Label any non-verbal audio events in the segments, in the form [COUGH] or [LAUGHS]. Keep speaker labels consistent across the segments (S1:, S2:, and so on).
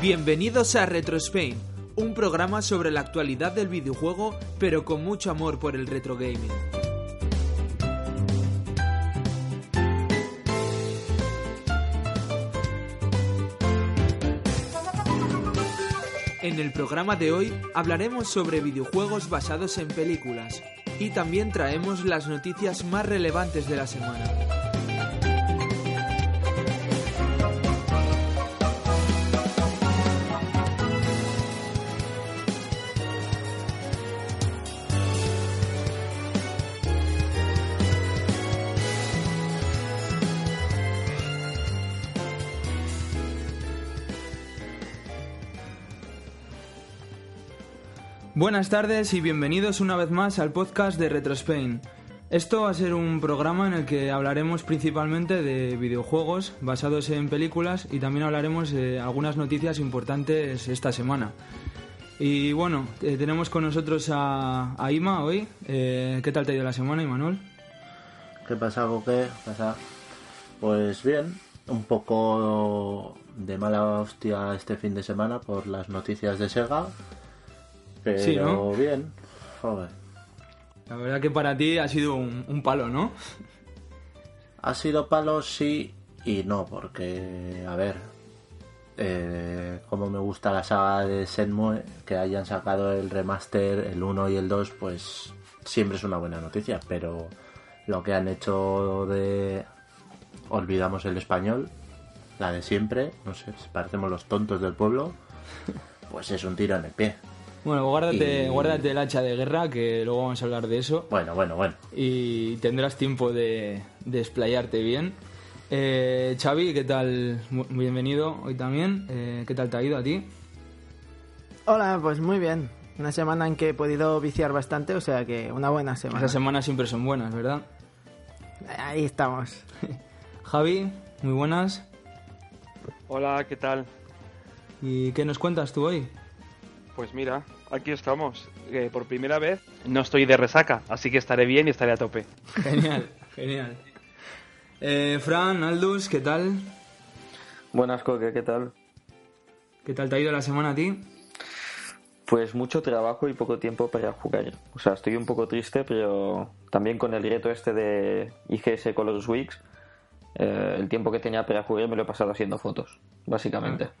S1: Bienvenidos a RetroSpain, un programa sobre la actualidad del videojuego, pero con mucho amor por el retro gaming. En el programa de hoy hablaremos sobre videojuegos basados en películas y también traemos las noticias más relevantes de la semana. Buenas tardes y bienvenidos una vez más al podcast de RetroSpain. Esto va a ser un programa en el que hablaremos principalmente de videojuegos basados en películas y también hablaremos de algunas noticias importantes esta semana. Y bueno, eh, tenemos con nosotros a, a Ima hoy. Eh, ¿Qué tal te ha ido la semana, Imanol?
S2: ¿Qué pasa, Coque? ¿Qué pasa? Pues bien, un poco de mala hostia este fin de semana por las noticias de Sega, pero
S1: Sí, ¿no?
S2: bien, joder.
S1: La verdad que para ti ha sido un, un palo, ¿no?
S2: Ha sido palo sí y no, porque, a ver, eh, como me gusta la saga de Senmue, que hayan sacado el remaster, el 1 y el 2, pues siempre es una buena noticia, pero lo que han hecho de... Olvidamos el español, la de siempre, no sé, parecemos los tontos del
S3: [LAUGHS]
S2: pueblo, pues es un tiro en el pie.
S1: Bueno, guárdate,
S2: Y-
S1: guárdate el hacha de guerra, que luego vamos a hablar de eso.
S2: Bueno, bueno, bueno.
S1: y tendrás tiempo de, de explayarte bien. Eh, Xavi, ¿qué tal? Mu- Bienvenido hoy también. Eh, ¿Qué tal te ha ido a ti?
S3: Hola, pues muy bien. Una semana en que he podido viciar bastante, o sea que una buena semana.
S1: Esas semanas siempre son buenas, ¿verdad?
S3: Ahí estamos.
S1: Javi, muy buenas.
S4: Hola, ¿qué tal?
S1: ¿Y qué nos cuentas tú
S5: [LAUGHS]
S1: hoy?
S4: Pues mira, aquí estamos. Eh, por primera vez no estoy de resaca, así que estaré bien y estaré a tope.
S1: Genial, genial. Eh, Fran, Aldus, ¿qué tal?
S5: Buenas, Coque, ¿qué tal?
S1: ¿Qué tal te ha ido la semana a ti?
S5: Pues mucho trabajo y poco tiempo para jugar. O sea, estoy un poco triste, pero también con el reto este de IGS Colors Weeks, eh, el tiempo que tenía para jugar me lo he pasado haciendo fotos, básicamente.
S2: Ah.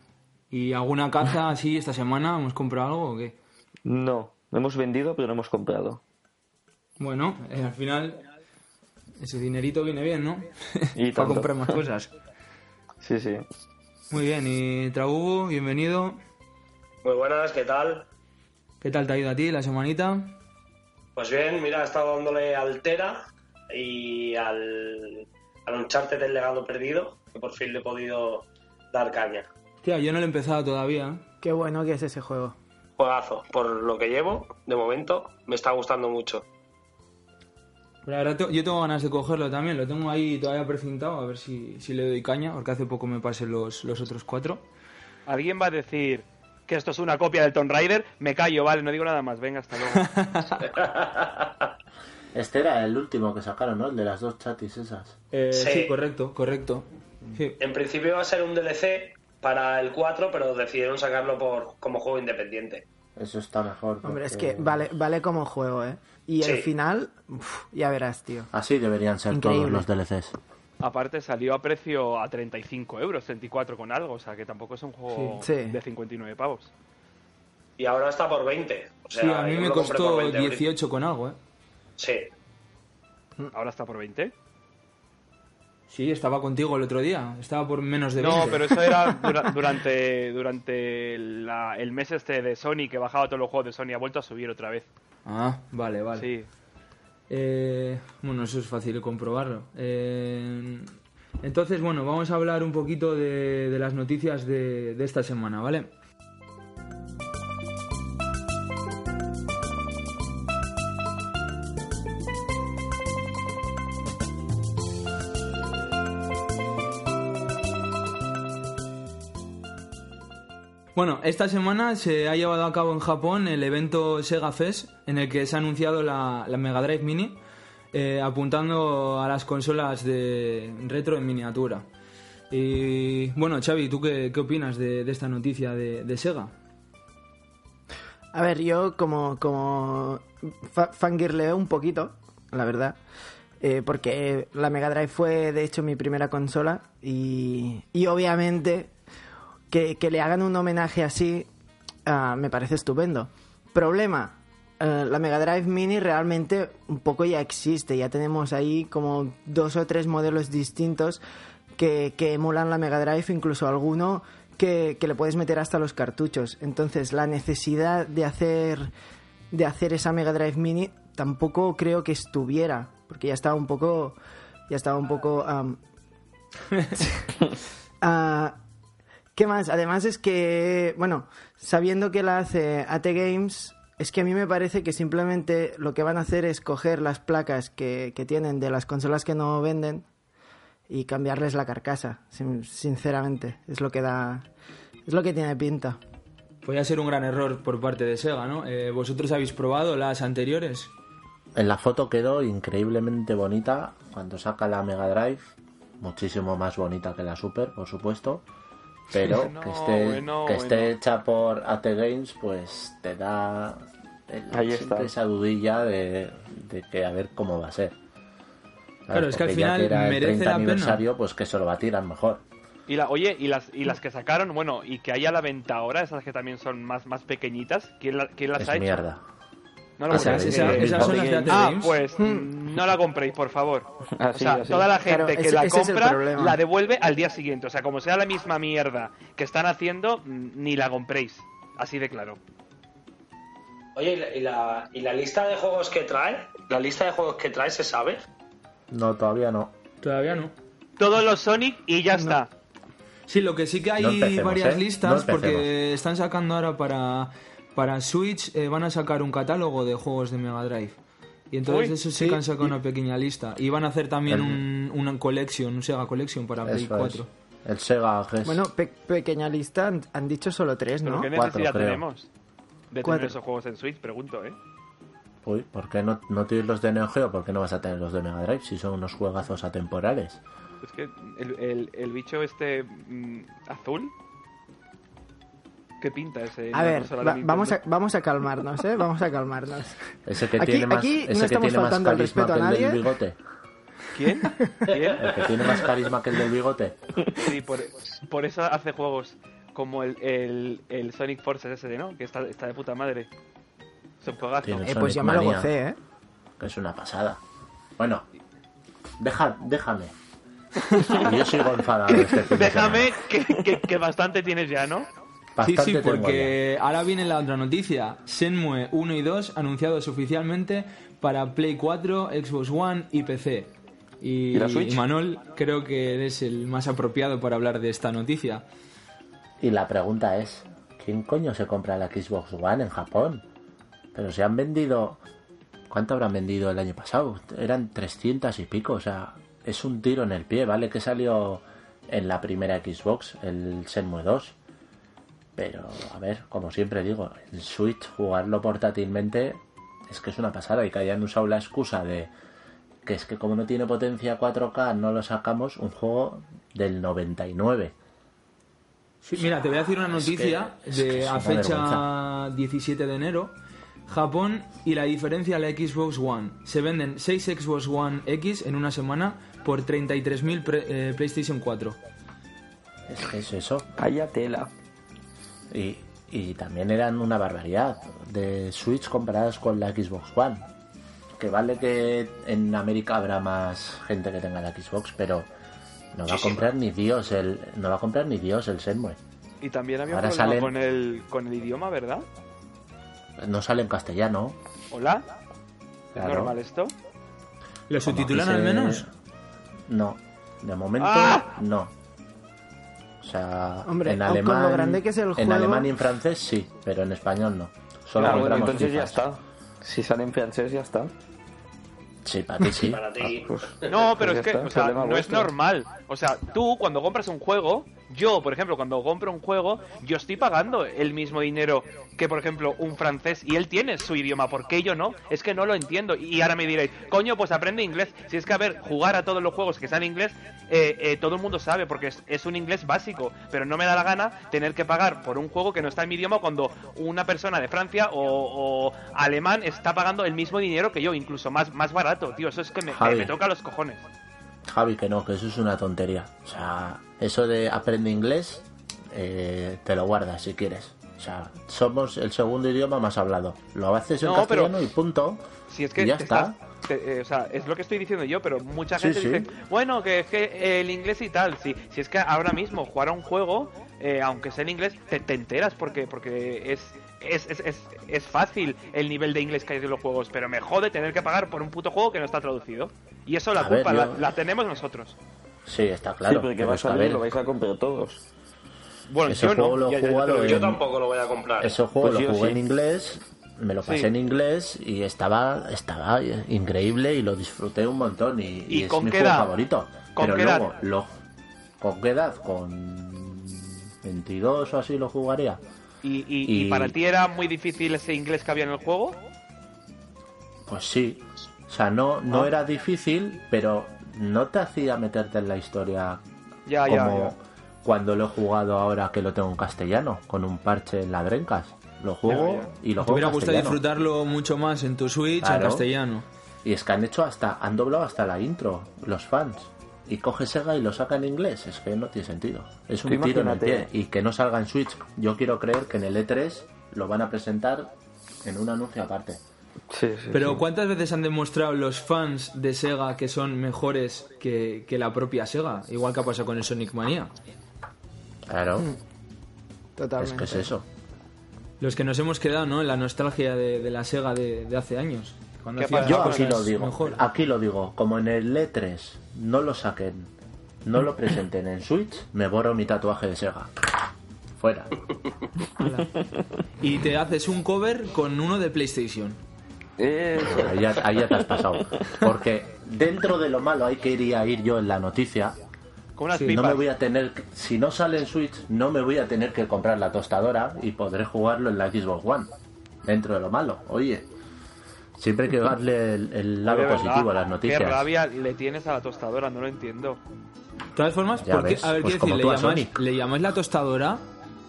S1: ¿Y alguna caza así esta semana? ¿Hemos comprado algo o qué?
S5: No, hemos vendido, pero no hemos comprado.
S1: Bueno, eh, al final ese dinerito viene bien, ¿no? [LAUGHS]
S5: Y
S1: Para
S5: tanto.
S1: comprar más cosas.
S5: Sí, sí.
S1: Muy bien, y Trabugo, bienvenido.
S6: Muy buenas, ¿qué tal?
S1: ¿Qué tal te ha ido a ti la semanita?
S6: Pues bien, mira, he estado dándole al Tera y al, al Uncharted del legado perdido, que por fin le he podido dar caña.
S1: Tía, yo no lo he empezado todavía. ¿eh?
S3: Qué bueno que es ese juego.
S6: Juegazo, por lo que llevo, de momento, me está gustando mucho.
S1: Pero ahora te- yo tengo ganas de cogerlo también, lo tengo ahí todavía precintado, a ver si, si le doy caña, porque hace poco me pasé los, los otros cuatro.
S4: ¿Alguien va a decir que esto es una copia del Tomb Raider? Me callo, vale, no digo nada más. Venga, hasta luego.
S2: Este era el último que sacaron, ¿no? El de las dos chatis esas.
S1: Eh, sí.
S6: Sí. Eh,
S1: correcto, correcto. Sí.
S6: En principio iba a ser un DLC para el 4, pero decidieron sacarlo por como juego independiente.
S2: Eso está mejor.
S3: Hombre, es
S2: porque
S3: que vale, vale como juego, ¿eh? Y el
S6: Sí.
S3: final, uf, ya verás, tío.
S2: Así deberían ser
S3: Increíble.
S2: todos los DLCs.
S4: Aparte salió a precio a 35 euros, 34 con algo, o sea que tampoco es un juego
S3: Sí, sí.
S4: de 59 pavos.
S6: Y ahora está por 20. O sea,
S1: Sí, a mí
S6: yo
S1: me
S6: lo compré por
S1: costó
S6: 20 euros.
S1: 18 con algo, ¿eh?
S6: Sí,
S4: Ahora está por 20.
S1: Sí, estaba contigo el otro día, estaba por menos de 20.
S4: No, pero eso era dura- durante, durante la- el mes este de Sony, que bajaba todos los juegos de Sony, ha vuelto a subir otra vez.
S1: Ah, vale, vale.
S4: Sí,
S1: Eh, bueno, eso es fácil comprobarlo. Eh, entonces, bueno, vamos a hablar un poquito de, de las noticias de, de esta semana, ¿vale? Bueno, esta semana se ha llevado a cabo en Japón el evento Sega Fest, en el que se ha anunciado la, la Mega Drive Mini, eh, apuntando a las consolas de retro en miniatura. Y bueno, Xavi, ¿tú qué, qué opinas de, de esta noticia de, de Sega?
S3: A ver, yo como, como fa- fangirleo un poquito, la verdad. eh, porque la Mega Drive fue, de hecho, mi primera consola. Y, y obviamente que, que le hagan un homenaje así ah, me parece estupendo. Problema, eh, la Mega Drive Mini realmente un poco ya existe. Ya tenemos ahí como dos o tres modelos distintos que, que emulan la Mega Drive, incluso alguno que, que le puedes meter hasta los cartuchos. Entonces, la necesidad de hacer, de hacer esa Mega Drive Mini tampoco creo que estuviera, porque ya estaba un poco... Ya estaba un poco... am, [LAUGHS] ah, ¿Qué más? Además es que, bueno, sabiendo que la hace AT Games, es que a mí me parece que simplemente lo que van a hacer es coger las placas que, que tienen de las consolas que no venden y cambiarles la carcasa, sin- sinceramente. Es lo que da... Es lo que tiene pinta.
S1: Podría ser un gran error por parte de Sega, ¿no? Eh, ¿Vosotros habéis probado las anteriores?
S2: En la foto quedó increíblemente bonita cuando saca la Mega Drive, muchísimo más bonita que la Super, por supuesto. Pero
S4: No,
S2: que esté,
S4: bueno,
S2: que esté
S4: bueno.
S2: hecha por AT Games, pues te da el-
S5: Ahí
S2: siempre
S5: está.
S2: esa dudilla de, de que a ver cómo va a ser. ¿Sabes?
S1: Claro, es que al
S2: Porque ya
S1: final
S2: era el
S1: merece la pena.
S2: aniversario, pues que se lo va a tirar mejor.
S4: Y la, oye, y las, y las que sacaron, bueno, y que hay a la venta ahora, esas que también son más, más pequeñitas, ¿quién, la- quién las
S2: es
S4: ha hecho?
S2: mierda.
S4: No lo
S2: O sea,
S4: compréis.
S1: esa-
S4: Eh,
S1: esas son las de AT
S4: Ah,
S1: Games.
S4: pues no la compréis, por favor.
S2: Ah,
S5: Así,
S4: o sea,
S5: así.
S4: toda la gente
S3: Claro,
S4: que
S3: ese-
S4: la
S3: ese es el
S4: compra
S3: problema.
S4: la devuelve al día siguiente. O sea, como sea la misma mierda que están haciendo, mm, ni la compréis. Así de claro.
S6: Oye, ¿y la, y, la, y la lista de juegos que trae? ¿La lista de juegos que trae se sabe?
S2: No, todavía no.
S1: Todavía no.
S4: Todos los Sonic y ya está.
S1: Sí, lo que sí que hay
S2: No empecemos,
S1: varias
S2: ¿eh?
S1: listas
S2: No
S1: porque
S2: empecemos.
S1: están sacando ahora para, para Switch, eh, van a sacar un catálogo de juegos de Mega Drive. Y entonces
S4: Uy,
S1: eso sí,
S4: sí,
S1: que han sacado una pequeña lista. Y van a hacer también
S2: Ujú.
S1: un, una collection, un Sega Collection para Play
S2: Eso es.
S1: 4.
S2: El Sega Genesis.
S3: Bueno, pe- pequeña lista, han, han dicho solo tres,
S4: Pero
S3: ¿no?
S4: ¿qué
S2: Cuatro,
S4: necesidad
S2: creo.
S4: tenemos de tener
S3: Cuatro.
S4: esos juegos en Switch? Pregunto, ¿eh?
S2: Uy, ¿por qué no, no tienes los de Neo Geo? ¿Por qué no vas a tener los de Mega Drive si son unos juegazos atemporales?
S4: Es que el, el- el bicho este mm, azul. ¿Qué pinta ese? en
S3: A
S4: la
S3: ver,
S4: consola de
S3: va-
S4: Nintendo?
S3: vamos, a, vamos a calmarnos, ¿eh? Vamos
S2: [LAUGHS]
S3: a calmarnos.
S2: Ese que
S3: Aquí-
S2: tiene más,
S3: aquí no
S2: ese que
S3: estamos
S2: tiene más
S3: faltando al
S2: carisma
S3: respeto a
S2: que el del
S3: nadie.
S2: bigote.
S3: [LAUGHS]
S4: ¿Quién? ¿Quién?
S2: El que tiene más carisma que el del bigote.
S4: Sí, por, por eso hace juegos como el, el, el Sonic Forces ese, ¿no? Que está, está de puta madre. Es un juegazo.
S2: Tiene-
S3: Eh,
S2: Sonic
S3: pues yo me lo
S2: Mania.
S3: gocé, ¿eh?
S2: Que es una pasada. Bueno, deja,
S1: [LAUGHS]
S2: déjame. Y Yo sigo enfadado. este fin de
S4: Déjame que, que- que bastante tienes ya, ¿no?
S2: semana. Bastante
S1: sí, sí,
S2: tengo
S1: porque ahora viene la otra noticia. Shenmue 1 y 2 anunciados oficialmente para Play 4, Xbox One y PC. Y,
S5: ¿Y la Switch?
S1: Manol, creo que eres el más apropiado para hablar de esta noticia.
S2: ya. Y la pregunta es, ¿quién coño se compra la Xbox One en Japón? Pero se han vendido... ¿Cuánto habrán vendido el año pasado? Eran 300 y pico, o sea, es un tiro en el pie, ¿vale? Que salió en la primera Xbox, el Shenmue 2. Pero, a ver, como siempre digo, en Switch jugarlo portátilmente es que es una pasada y que hayan usado la excusa de que es que como no tiene potencia 4K no lo sacamos, un juego del 99.
S1: Sí, mira, te voy a decir una noticia
S2: es que
S1: de
S2: es
S1: a
S2: una
S1: fecha
S2: vergüenza.
S1: 17 de enero. Japón y la diferencia a la Xbox One. Se venden 6 Xbox One X en una semana por 33.000 pre- eh, PlayStation 4.
S2: Es que es eso.
S5: Calla tela.
S2: Y, y también eran una barbaridad de Switch comparadas con la Xbox One. Que vale que en América habrá más gente que tenga la Xbox, pero no va a
S6: Muchísimo.
S2: comprar ni Dios el no va a comprar ni Dios el Shenmue.
S4: Y también había un
S2: Ahora
S4: problema
S2: salen-
S4: con, el, con el idioma, ¿verdad?
S2: No sale en castellano.
S4: ¿Hola? ¿Es
S2: Claro.
S4: normal esto?
S1: ¿Lo
S2: Como
S1: subtitulan al
S2: aquí se-
S1: menos?
S2: No, de momento
S4: ¡Ah!
S2: no. O sea,
S3: Hombre,
S2: en
S3: con lo
S2: alemán,
S3: grande que es el
S2: en
S3: juego-
S2: alemán y en francés sí, pero en español no. Solo
S5: Ah, bueno,
S2: compramos
S5: entonces ya
S2: fifas.
S5: está. Si sale en francés, ya está.
S2: Sí, para ti sí.
S6: [LAUGHS] Para ti.
S5: Pues,
S4: No, pero
S5: pues
S4: es que
S5: ya está,
S4: o sea,
S5: problema
S4: no es
S5: vuestro.
S4: normal. O sea, tú cuando compras un juego, Yo, por ejemplo, cuando compro un juego, yo estoy pagando el mismo dinero que, por ejemplo, un francés y él tiene su idioma. ¿Por qué yo no? Es que no lo entiendo. Y ahora me diréis, coño, pues aprende inglés. Si es que, a ver, jugar a todos los juegos que sean inglés, eh, eh, todo el mundo sabe porque es, es un inglés básico. Pero no me da la gana tener que pagar por un juego que no está en mi idioma cuando una persona de Francia o, o alemán está pagando el mismo dinero que yo, incluso más, más barato, tío. Eso es que me, me,
S2: Javi.
S4: me toca los cojones.
S2: Javi, que no, que eso es una tontería. O sea, eso de aprende inglés, eh, te lo guardas si quieres. O sea, somos el segundo idioma más hablado. Lo haces en
S4: No, pero-
S2: castellano y punto.
S4: Si es que
S2: Y ya
S4: te
S2: está.
S4: estás- te- eh, o sea, es lo que estoy diciendo yo, pero mucha
S2: Sí,
S4: gente
S2: sí.
S4: dice, bueno, que es que el inglés y tal, si, si es que ahora mismo jugar a un juego, eh, aunque sea en inglés, te, te enteras porque, porque es, es, es, es, es fácil el nivel de inglés que hay de los juegos, pero me jode tener que pagar por un puto juego que no está traducido. Y eso la
S2: A ver,
S4: culpa la,
S2: yo-
S4: la tenemos nosotros.
S2: Sí, está claro.
S5: sí, porque
S2: pero
S5: va a
S2: es que, a
S5: salir,
S2: ver,
S5: lo vais a comprar todos.
S4: Bueno,
S2: Ese
S4: yo no.
S2: juego lo he
S4: ya- ya- ya te lo
S2: jugado
S4: digo.
S2: en-
S6: Yo tampoco lo voy a comprar.
S2: Ese juego
S5: Pues yo
S2: lo jugué
S5: sí.
S2: en inglés, me lo pasé
S4: Sí.
S2: en inglés y estaba, estaba increíble y lo disfruté un montón. Y,
S4: ¿Y
S2: es
S4: con
S2: mi
S4: qué
S2: juego
S4: edad?
S2: favorito.
S4: ¿Con
S2: Pero
S4: qué
S2: luego,
S4: edad?
S2: lo, ¿con qué edad? Con 22 o así lo jugaría.
S4: Y, y- y
S2: Y-
S4: para ti era muy difícil ese inglés que había en el juego.
S2: Pues sí. O sea, no, no
S4: Ah.
S2: era difícil, pero no te hacía meterte en la historia
S4: Ya, Ah, ya,
S2: como
S4: ya.
S2: cuando lo he jugado ahora que lo tengo en castellano, con un parche en ladrencas. Lo juego
S4: Ya, ya.
S2: y lo
S1: Te
S2: juego.
S1: hubiera gustado
S2: en castellano.
S1: disfrutarlo mucho más en tu Switch
S2: Claro.
S1: en castellano.
S2: Y es que han hecho hasta, han doblado hasta la intro, los fans. Y coge Sega y lo saca en inglés. Es que no tiene sentido. Es un
S5: Tú
S2: tiro en el
S5: imagínate.
S2: pie. Y que no salga en Switch. Yo quiero creer que en el E3 lo van a presentar en un anuncio aparte.
S5: Sí, sí.
S1: Pero
S5: sí.
S1: ¿cuántas veces han demostrado los fans de Sega que son mejores que, que la propia Sega? Igual que ha pasado con el Sonic Mania.
S2: Claro, es
S3: Totalmente.
S2: que es eso.
S1: Los que nos hemos quedado, ¿no? En la nostalgia de, de la Sega de, de hace años. Cuando
S4: ¿Qué
S1: hacían
S4: pasa?
S2: Yo
S1: cosas
S2: aquí lo digo. Ah.
S1: mejor.
S2: Aquí lo digo. Como en el E3 no lo saquen, no lo presenten en Switch, me borro mi tatuaje de Sega. Fuera.
S1: Y te haces un cover con uno de PlayStation.
S5: Eh,
S2: Ahí ya, ahí ya te has pasado. Porque dentro de lo malo hay que ir a ir yo en la noticia.
S4: Con unas
S2: No
S4: pipas.
S2: me voy a tener, que- si no sale en Switch, no me voy a tener que comprar la tostadora y podré jugarlo en la Xbox One. Dentro de lo malo, oye. Siempre hay que darle el, el
S4: De
S2: lado
S4: verdad,
S2: positivo a las
S4: Qué
S2: noticias.
S4: rabia le tienes a la tostadora, no lo entiendo.
S1: De todas formas,
S2: Ya
S1: ¿por qué-
S2: ves,
S1: a ver,
S2: pues
S1: quiero
S2: como
S1: decir, le
S2: tú a
S1: llamáis,
S2: Sonic.
S1: le llamáis la tostadora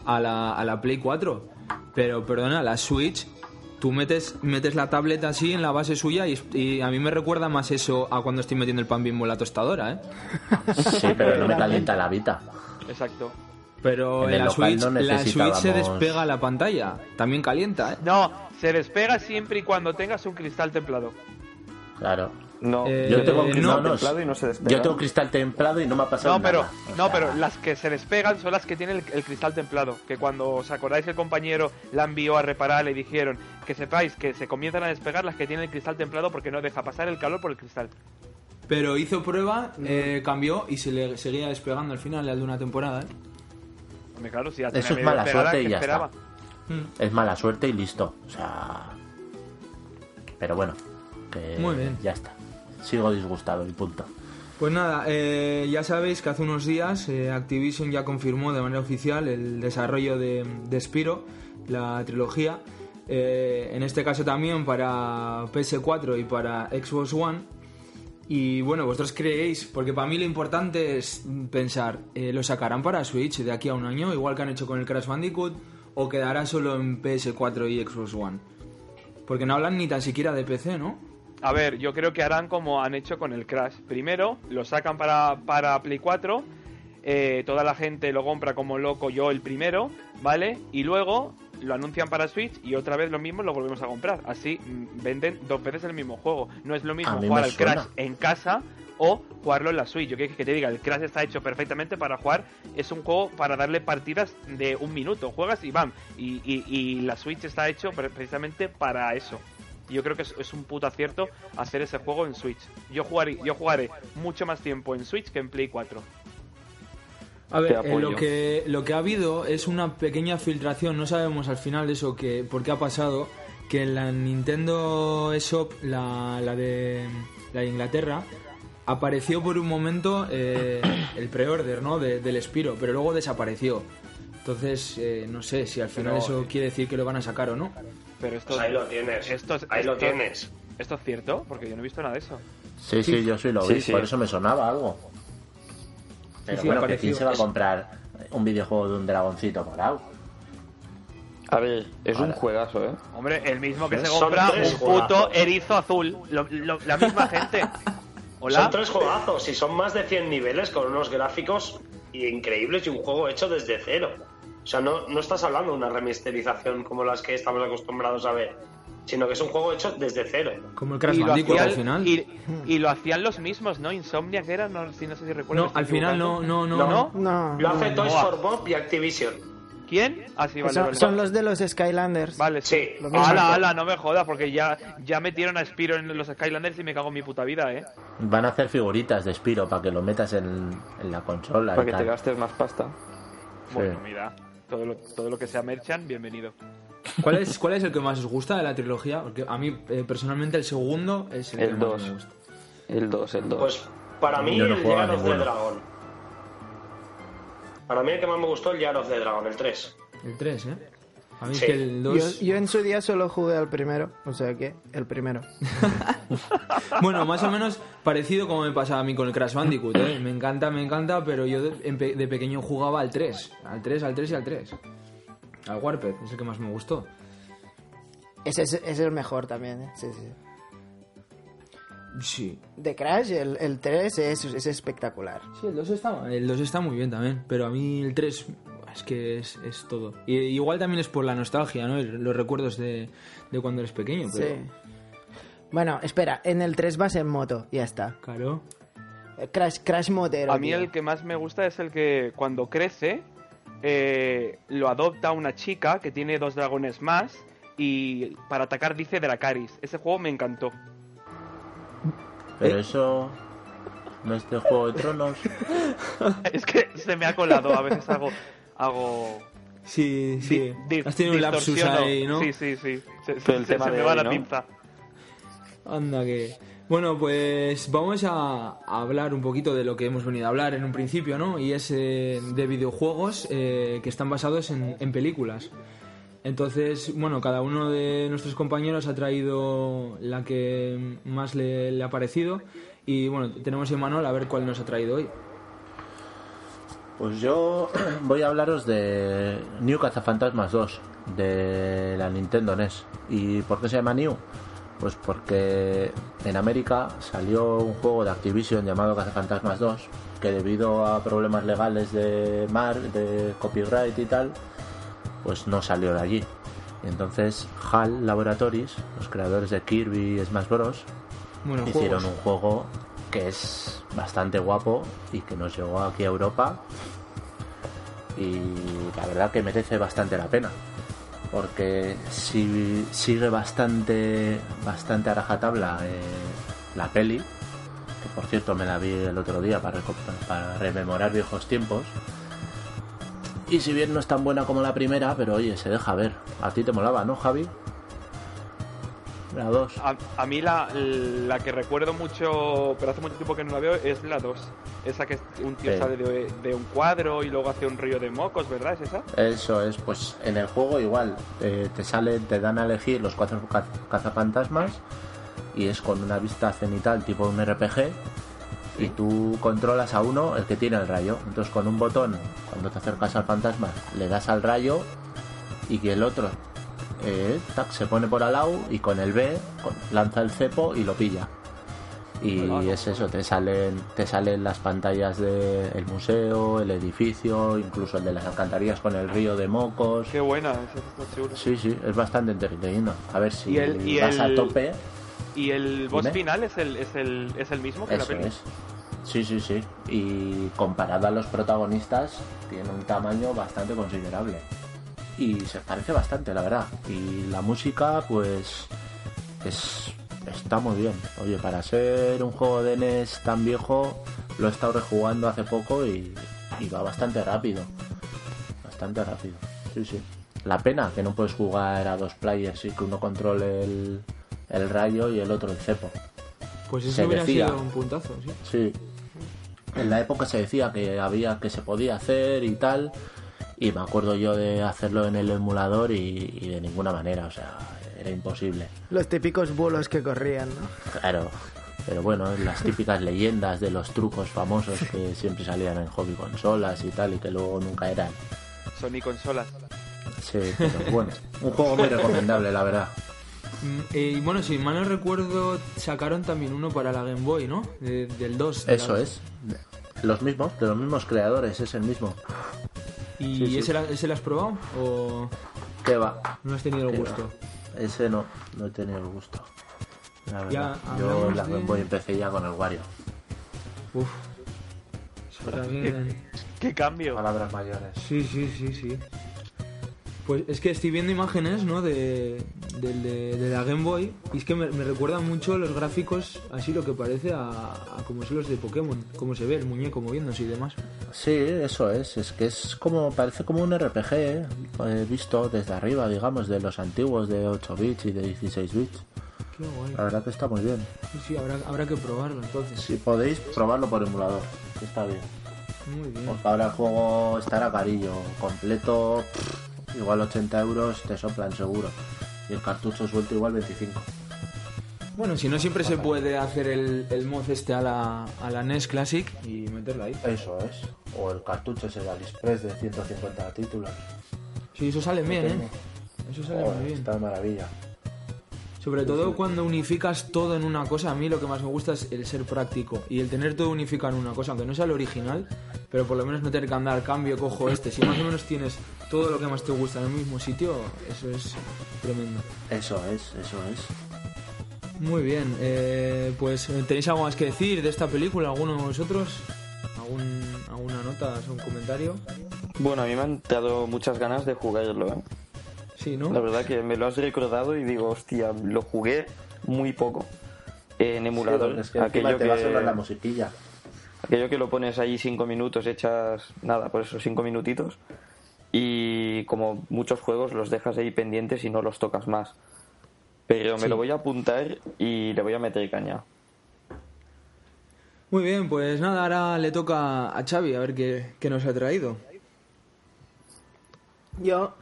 S1: a la, a la Play 4. Pero, perdona, la Switch, tú metes, metes la tableta así en la base suya y, y a mí me recuerda más eso a cuando estoy metiendo el pan bimbo en la tostadora, ¿eh?
S2: Sí, pero
S4: [LAUGHS]
S2: no me calienta la vida.
S4: Exacto.
S1: Pero
S2: En
S1: en,
S2: el
S1: la
S2: local
S1: Switch,
S2: no
S1: la Switch se
S2: necesitábamos-
S1: despega la pantalla. También calienta, ¿eh?
S4: No, se despega siempre y cuando tengas un cristal templado.
S2: Claro.
S5: no,
S1: Eh,
S2: Yo tengo,
S1: no,
S2: no, no,
S5: cristal templado y no se despega.
S2: yo tengo cristal templado y no me ha pasado
S4: No, pero,
S2: nada. O
S4: no,
S2: sea,
S4: pero las que se despegan son las que tienen el, el cristal templado. Que cuando os acordáis que el compañero la envió a reparar, le dijeron que sepáis que se comienzan a despegar las que tienen el cristal templado porque no deja pasar el calor por el cristal.
S1: Pero hizo prueba, eh, cambió y se le seguía despegando al final al de una temporada, ¿eh?
S4: Hombre, claro, si ya
S2: Eso
S4: tenía
S2: es
S4: medio
S2: mala
S4: despegada,
S2: suerte y
S4: ¿qué
S2: ya
S4: esperaba?
S2: Es mala suerte y listo. O sea. Pero bueno. que
S1: Muy bien.
S2: Ya está. Sigo disgustado y punto.
S1: Pues nada, eh, ya sabéis que hace unos días eh, Activision ya confirmó de manera oficial el desarrollo de, de Spyro, la trilogía. eh, en este caso también para PS4 y para Xbox One. Y bueno, vosotros creéis, porque para mí lo importante es pensar, eh, ¿lo sacarán para Switch de aquí a un año, igual que han hecho con el Crash Bandicoot, o quedará solo en PS4 y Xbox One? Porque no hablan ni tan siquiera de PC, ¿no?
S4: A ver, yo creo que harán como han hecho con el Crash. Primero, lo sacan para, para Play 4. eh, toda la gente lo compra como loco, yo el primero, ¿vale? Y luego lo anuncian para Switch y otra vez lo mismo lo volvemos a comprar. Así mm, venden dos veces el mismo juego. No es lo
S2: A
S4: mismo
S2: mí me
S4: jugar al
S2: suena.
S4: Crash en casa o jugarlo en la Switch. Yo quiero que te diga, el Crash está hecho perfectamente para jugar. Es un juego para darle partidas de un minuto. Juegas y bam. Y, y- y la Switch está hecho pre- precisamente para eso. Yo creo que es, es un puto acierto hacer ese juego en Switch. Yo jugaré, yo jugaré mucho más tiempo en Switch que en Play 4.
S1: A ver,
S5: Te
S1: eh, lo,
S5: apoyo.
S1: que, lo que ha habido es una pequeña filtración, no sabemos al final de eso que, por qué ha pasado, que en la Nintendo eShop, la, la de, la de Inglaterra, apareció por un momento eh, el pre-order, ¿no? De- del Spiro, pero luego desapareció. Entonces, eh, no sé si al final
S4: Pero-
S1: eso quiere decir que lo van a sacar o no.
S4: Pero esto,
S6: Pues ahí lo tienes.
S4: Esto es-
S6: ahí lo
S4: esto-
S6: tienes.
S4: ¿Esto es cierto? Porque yo no he visto nada de eso.
S2: Sí, sí, yo sí lo
S5: Sí,
S2: vi,
S5: sí.
S2: por eso me sonaba algo. Pero
S1: sí,
S2: bueno, que
S1: apareció.
S2: ¿quién se va a
S1: Eso.
S2: comprar un videojuego de un dragoncito morado?
S5: A ver, es un
S2: Ahora.
S5: juegazo, ¿eh?
S4: Hombre, el mismo que se
S6: Son
S4: compra
S6: tres
S4: un
S6: juegazos.
S4: puto erizo azul. Lo- lo- la
S6: [LAUGHS]
S4: misma gente. Hola.
S6: Son tres juegazos y son más de 100 niveles con unos gráficos increíbles y un juego hecho desde cero. O sea, no, no estás hablando de una remasterización como las que estamos acostumbrados a ver, sino que es un juego hecho desde cero.
S1: Como el Crash
S4: y, lo
S1: Bandicoot
S4: hacían,
S1: al final.
S4: y- y lo hacían los mismos, ¿no? Insomnia que era, no, si- no sé si recuerdo.
S1: No,
S4: me estoy
S1: al final
S4: equivocando.
S1: no, no,
S6: no.
S3: No.
S6: Lo hace Toys
S4: no.
S6: for Bob y Activision.
S4: ¿Quién? Ah, sí, vale,
S3: Son,
S4: vale,
S3: son
S4: vale.
S3: los de los Skylanders.
S4: Vale, sí.
S6: Sí,
S3: lo mismo.
S4: Ala, ala, no me jodas, porque ya, ya metieron a Spiro en los Skylanders y me cago en mi puta vida, ¿eh?
S2: Van a hacer figuritas de Spiro para que lo metas en, en la consola. y
S5: Para que te
S2: tal.
S5: gastes más pasta.
S4: Bueno,
S2: Sí.
S4: mira, todo lo, todo lo que sea Merchant, bienvenido.
S1: ¿Cuál es, ¿Cuál es el que más os gusta de la trilogía? Porque a mí, eh, personalmente, el segundo es el,
S5: El
S1: que más
S5: dos.
S1: me gusta.
S5: El 2, el 2.
S6: Pues para mí
S2: Yo no
S6: el
S2: juego a
S6: Yard of the
S2: ninguno.
S6: Dragon. Para mí el que más me gustó el Yard of the Dragon, el 3.
S1: El 3, ¿eh? A mí es
S6: Sí.
S1: que el
S3: Yo,
S1: 2...
S3: yo en su día solo jugué al primero, o sea que el primero.
S1: Bueno, más o menos parecido como me pasaba a mí con el Crash Bandicoot, ¿eh? Me encanta, me encanta, pero yo de, en pe- de pequeño jugaba al 3. Al 3, al 3 y al 3. Al Warped, es el que más me gustó.
S3: Ese es, es el mejor también, ¿eh? sí, sí.
S1: Sí.
S3: De Crash, el, el 3 es, es espectacular.
S1: Sí, el 2 está, el 2 está muy bien también, pero a mí el 3 es que es, es todo. Y, igual también es por la nostalgia, ¿no? El- Los recuerdos de, de cuando eres pequeño, pero...
S3: Sí. Bueno, espera, en el 3 vas en moto, ya está.
S1: Claro.
S3: Crash, Crash motero.
S4: A mí
S3: tío.
S4: el que más me gusta es el que cuando crece eh, lo adopta una chica que tiene dos dragones más y para atacar dice Dracaris. Ese juego me encantó. [LAUGHS]
S2: Pero eso no es de Juego de Tronos.
S5: [LAUGHS]
S4: Es que se me ha colado, a veces hago... hago
S1: Sí, sí.
S4: di-
S1: Has tenido un lapsus
S4: distorsiono.
S1: ahí, ¿no?
S4: Sí, sí, sí. Se,
S5: Pero el
S4: se-
S5: tema
S4: se
S5: de
S4: me va
S5: hoy,
S4: la
S5: ¿no?
S4: pinza.
S1: Anda que... Bueno, pues vamos a a hablar un poquito de lo que hemos venido a hablar en un principio, ¿no? Y es eh, de videojuegos eh, que están basados en, en películas. Entonces, bueno, cada uno de nuestros compañeros ha traído la que más le, le ha parecido. Y bueno, tenemos a Manuel a ver cuál nos ha traído hoy.
S2: Pues yo [CLEARS THROAT] voy a hablaros de New Cazafantasmas 2 de la Nintendo NES. ¿Y por qué se llama New? Pues porque en América salió un juego de Activision llamado Cazafantasmas 2 que debido a problemas legales de mar, de copyright y tal, pues no salió de allí. Y entonces HAL Laboratories, los creadores de Kirby y Smash Bros,
S1: Bueno,
S2: hicieron
S1: juegos.
S2: un juego que es bastante guapo y que nos llegó aquí a Europa y la verdad que merece bastante la pena porque si sigue bastante bastante a rajatabla eh, la peli que por cierto me la vi el otro día para, reco- para rememorar viejos tiempos y si bien no es tan buena como la primera pero oye se deja ver a ti te molaba no Javi la dos
S4: A, a mí la, la que recuerdo mucho, pero hace mucho tiempo que no la veo, es la 2. Esa que es- un tío
S2: Sí.
S4: sale de, de un cuadro y luego hace un río de mocos, ¿verdad? ¿Es esa?
S2: Eso es, pues en el juego igual, eh, te sale, te dan a elegir los cuatro ca- cazafantasmas y es con una vista cenital tipo un RPG y tú controlas a uno el que tiene el rayo. Entonces con un botón, cuando te acercas al fantasma, le das al rayo y que el otro eh, tac, se pone por al lado y con el B con- lanza el cepo y lo pilla. Y
S4: Pues
S2: es eso, te salen, te salen las pantallas del museo, el edificio, incluso el de las alcantarillas con el río de mocos.
S4: Qué buena, esa está chula.
S2: Sí, sí, es bastante entretenido. A ver si
S4: Y el- y
S2: vas
S4: el-
S2: a tope.
S4: Y el boss
S2: Dime.
S4: final es el, es el, es el mismo que la
S2: Eso
S4: peli.
S2: es. Sí, sí, sí. Y comparado a los protagonistas, tiene un tamaño bastante considerable. Y se parece bastante, la verdad. Y la música, pues, es, está muy bien. Oye, para ser un juego de NES tan viejo, lo he estado rejugando hace poco y, y va bastante rápido. Bastante rápido. Sí, sí. La pena que no puedes jugar a dos players y que uno controle el, el rayo y el otro el cepo.
S1: Pues eso
S2: Se
S1: hubiera
S2: decía.
S1: sido un puntazo, sí.
S2: Sí. En la época se decía que había que se podía hacer y tal. Y me acuerdo yo de hacerlo en el emulador y, y de ninguna manera, o sea, era imposible.
S3: Los típicos bulos que corrían, ¿no?
S2: Claro. Pero bueno, las típicas leyendas de los trucos famosos que siempre salían en hobby consolas y tal y que luego nunca eran.
S4: Sony consolas.
S2: Sí, pero bueno, un juego muy recomendable, la verdad.
S1: Mm, eh, Y bueno, si mal no recuerdo, sacaron también uno para la Game Boy, ¿no? De- del 2. de la
S2: Eso
S1: 2.
S2: es. Los mismos, de los mismos creadores, es el mismo.
S1: ¿Y
S2: Sí, sí.
S1: Ese, la- ese lo has probado o
S2: ¿Qué va?
S1: no has tenido el
S2: Qué
S1: gusto?
S2: va. Ese no, no he tenido el gusto. La verdad, yo
S1: hablamos
S2: en la
S1: de-
S2: Game Boy empecé ya con el Wario.
S1: Uf. Eso también-
S4: ¡Qué cambio!
S2: Palabras mayores.
S1: Sí, sí, sí, sí. Pues es que estoy viendo imágenes, ¿no? De, del de, de la Game Boy. Y es que me, me recuerdan mucho los gráficos, así lo que parece a, a como son los de Pokémon. Cómo se ve el muñeco moviéndose y demás.
S2: Sí, eso es. Es que es como, parece como un RPG ¿eh? Eh, visto desde arriba, digamos, de los antiguos de 8 bits y de 16 bits.
S1: Qué guay.
S2: La verdad que está muy bien.
S1: Sí, sí, habrá, habrá que probarlo entonces.
S2: Si podéis, probarlo por emulador. que Está bien.
S1: Muy bien.
S2: Porque ahora el juego estará carillo. Completo, pff, igual 80 euros, te soplan seguro. Y el cartucho suelto igual 25.
S1: Bueno, si no, siempre se puede hacer el, el mod este a la, a la NES Classic y meterla ahí.
S2: Eso es. O el cartucho es el AliExpress de 150 títulos.
S1: Sí, eso sale bien, ¿eh? Eso sale
S2: Joder,
S1: muy bien.
S2: Está de maravilla.
S1: Sobre todo cuando unificas todo en una cosa, a mí lo que más me gusta es el ser práctico y el tener todo unificado en una cosa, aunque no sea lo original, pero por lo menos no tener que andar cambio, cojo este. Si más o menos tienes todo lo que más te gusta en el mismo sitio, eso es tremendo.
S2: Eso es, eso es.
S1: Muy bien, eh, pues ¿tenéis algo más que decir de esta película? ¿Alguno de vosotros? ¿Algún, ¿Alguna nota, un comentario?
S5: Bueno, a mí me han dado muchas ganas de jugarlo. ¿eh?
S1: Sí, ¿no?
S5: La verdad que me lo has recordado y digo, hostia, lo jugué muy poco. En emulador,
S2: Sí, es que encima
S5: aquello,
S2: te va a sonar la
S5: que,
S2: musiquilla.
S5: aquello que lo pones ahí cinco minutos, echas nada, por eso cinco minutitos. Y como muchos juegos los dejas ahí pendientes y no los tocas más. Pero me lo voy a apuntar y le voy a meter caña.
S1: Muy bien, pues nada, ahora le toca a Xavi a ver qué, qué nos ha traído.
S3: Yo,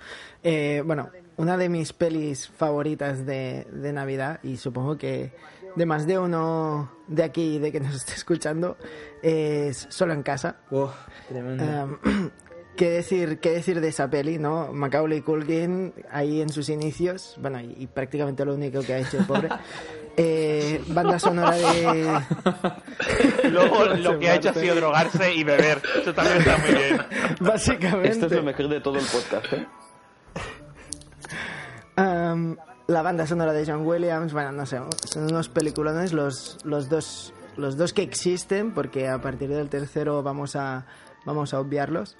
S3: eh, bueno, una de mis pelis favoritas de, de Navidad, y supongo que de más de uno de aquí, de que nos esté escuchando, es Solo en Casa.
S1: Wow, tremendo.
S3: Um, [CLEARS THROAT] ¿qué, decir, ¿Qué decir de esa peli, no? Macaulay Culkin, ahí en sus inicios, bueno, y, y prácticamente lo único que ha hecho el pobre. Eh, banda sonora de... [LAUGHS]
S4: Luego lo que ha hecho ha sido drogarse
S3: [LAUGHS]
S4: y beber. Eso también está muy bien.
S3: Básicamente...
S5: Esto es lo mejor de todo el podcast, ¿eh?
S3: Am, la banda sonora de John Williams, bueno, no sé, son unos peliculones los, los, dos, los dos que existen, porque a partir del tercero vamos a, vamos a obviarlos.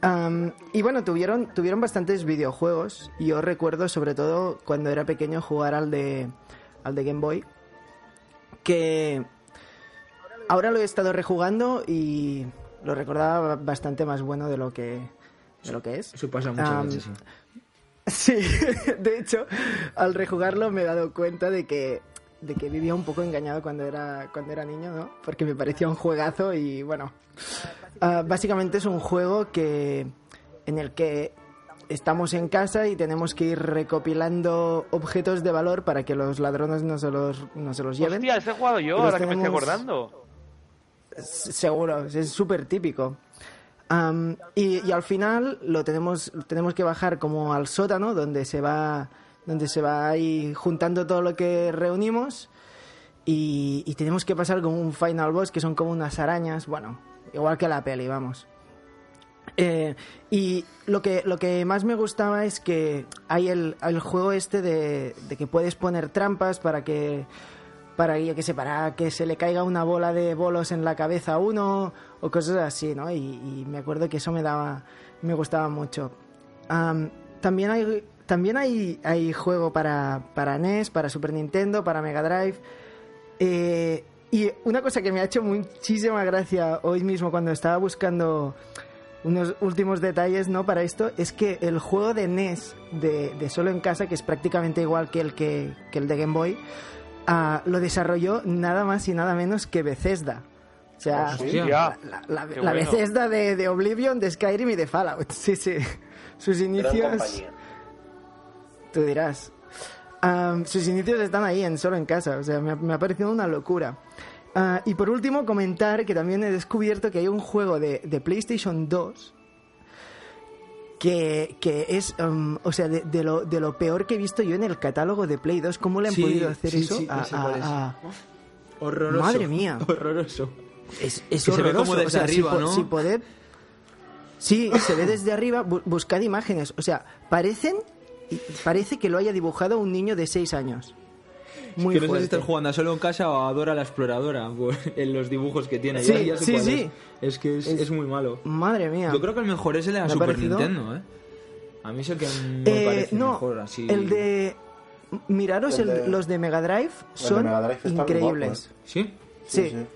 S3: Am, y bueno, tuvieron, tuvieron bastantes videojuegos. Yo recuerdo, sobre todo, cuando era pequeño, jugar al de, al de Game Boy. Que ahora lo he estado rejugando y lo recordaba bastante más bueno de lo que, de lo que es.
S1: Eso pasa muchas
S3: Am,
S1: veces, sí.
S3: Sí, [LAUGHS] de hecho, al rejugarlo me he dado cuenta de que de que vivía un poco engañado cuando era cuando era niño, ¿no? Porque me parecía un juegazo y bueno, Ah, básicamente es un juego que en el que estamos en casa y tenemos que ir recopilando objetos de valor para que los ladrones no se los no se los lleven.
S4: Hostia, ese he jugado yo,
S3: Los
S4: ahora que me estoy
S3: tenemos-
S4: acordando.
S3: S- Seguro, es súper típico. Am, y, y al final lo tenemos, tenemos que bajar como al sótano, donde se va, donde se va ahí juntando todo lo que reunimos. Y, y tenemos que pasar como un final boss, que son como unas arañas, bueno, igual que la peli, vamos. Eh, y lo que, lo que más me gustaba es que hay el, el juego este de, de que puedes poner trampas para que para yo que sé, para que se le caiga una bola de bolos en la cabeza a uno o cosas así, ¿no? Y, y me acuerdo que eso me daba, me gustaba mucho. Am, también hay, también hay, hay juego para, para NES, para Super Nintendo, para Mega Drive. Eh, y una cosa que me ha hecho muchísima gracia hoy mismo cuando estaba buscando unos últimos detalles no para esto es que el E juego de NES de, de Solo en Casa, que es prácticamente igual que el, que, que el de Game Boy, ah, lo desarrolló nada más y nada menos que Bethesda. O sea,
S1: Hostia.
S3: la, la- la-
S4: Qué
S3: la
S4: bueno.
S3: Bethesda de, de Oblivion, de Skyrim y de Fallout. [LAUGHS] Sí, sí. Sus
S6: Gran
S3: inicios,
S6: compañía.
S3: tú dirás. Ah, sus inicios están ahí, en solo en casa. O sea, me, ha- me ha parecido una locura. Ah, y por último, comentar que también he descubierto que hay un juego de, de PlayStation 2 que, que es, um, o sea, de, de lo, de lo peor que he visto yo en el catálogo de Play 2. ¿Cómo le han
S1: Sí,
S3: podido hacer
S1: sí,
S3: eso
S1: sí,
S3: a-
S1: ya sé
S3: a-
S1: cuál es.
S3: a,
S1: Horroroso.
S3: Madre mía.
S1: [LAUGHS] Horroroso.
S3: Es, es
S1: Que se ve
S3: horroroso.
S1: como desde
S3: o sea,
S1: arriba,
S3: si, po-
S1: ¿no?
S3: si poder... Sí, se ve desde arriba. Bu- buscad imágenes. O sea, parecen... y Parece que lo haya dibujado un niño de 6 años. Muy
S1: que no sé si
S3: fuerte.
S1: estás jugando a solo en casa o a Dora la exploradora [LAUGHS] por- en los dibujos que tiene.
S3: Sí,
S1: Ya- ya sé
S3: sí,
S1: cuál
S3: sí.
S1: Es, Es que es,
S3: Es-
S1: es muy malo.
S3: Madre mía.
S1: Yo creo que el mejor es el de la
S3: Me ha
S1: Super
S3: parecido-
S1: Nintendo, ¿eh? A mí es el que me
S3: Eh,
S1: parece
S3: no,
S1: mejor así.
S3: el de... Miraros,
S2: El
S3: el-
S2: de-
S3: los de Mega Drive son
S2: Mega Drive está muy
S3: increíbles.
S2: guapo, ¿eh?
S1: Sí.
S3: Sí.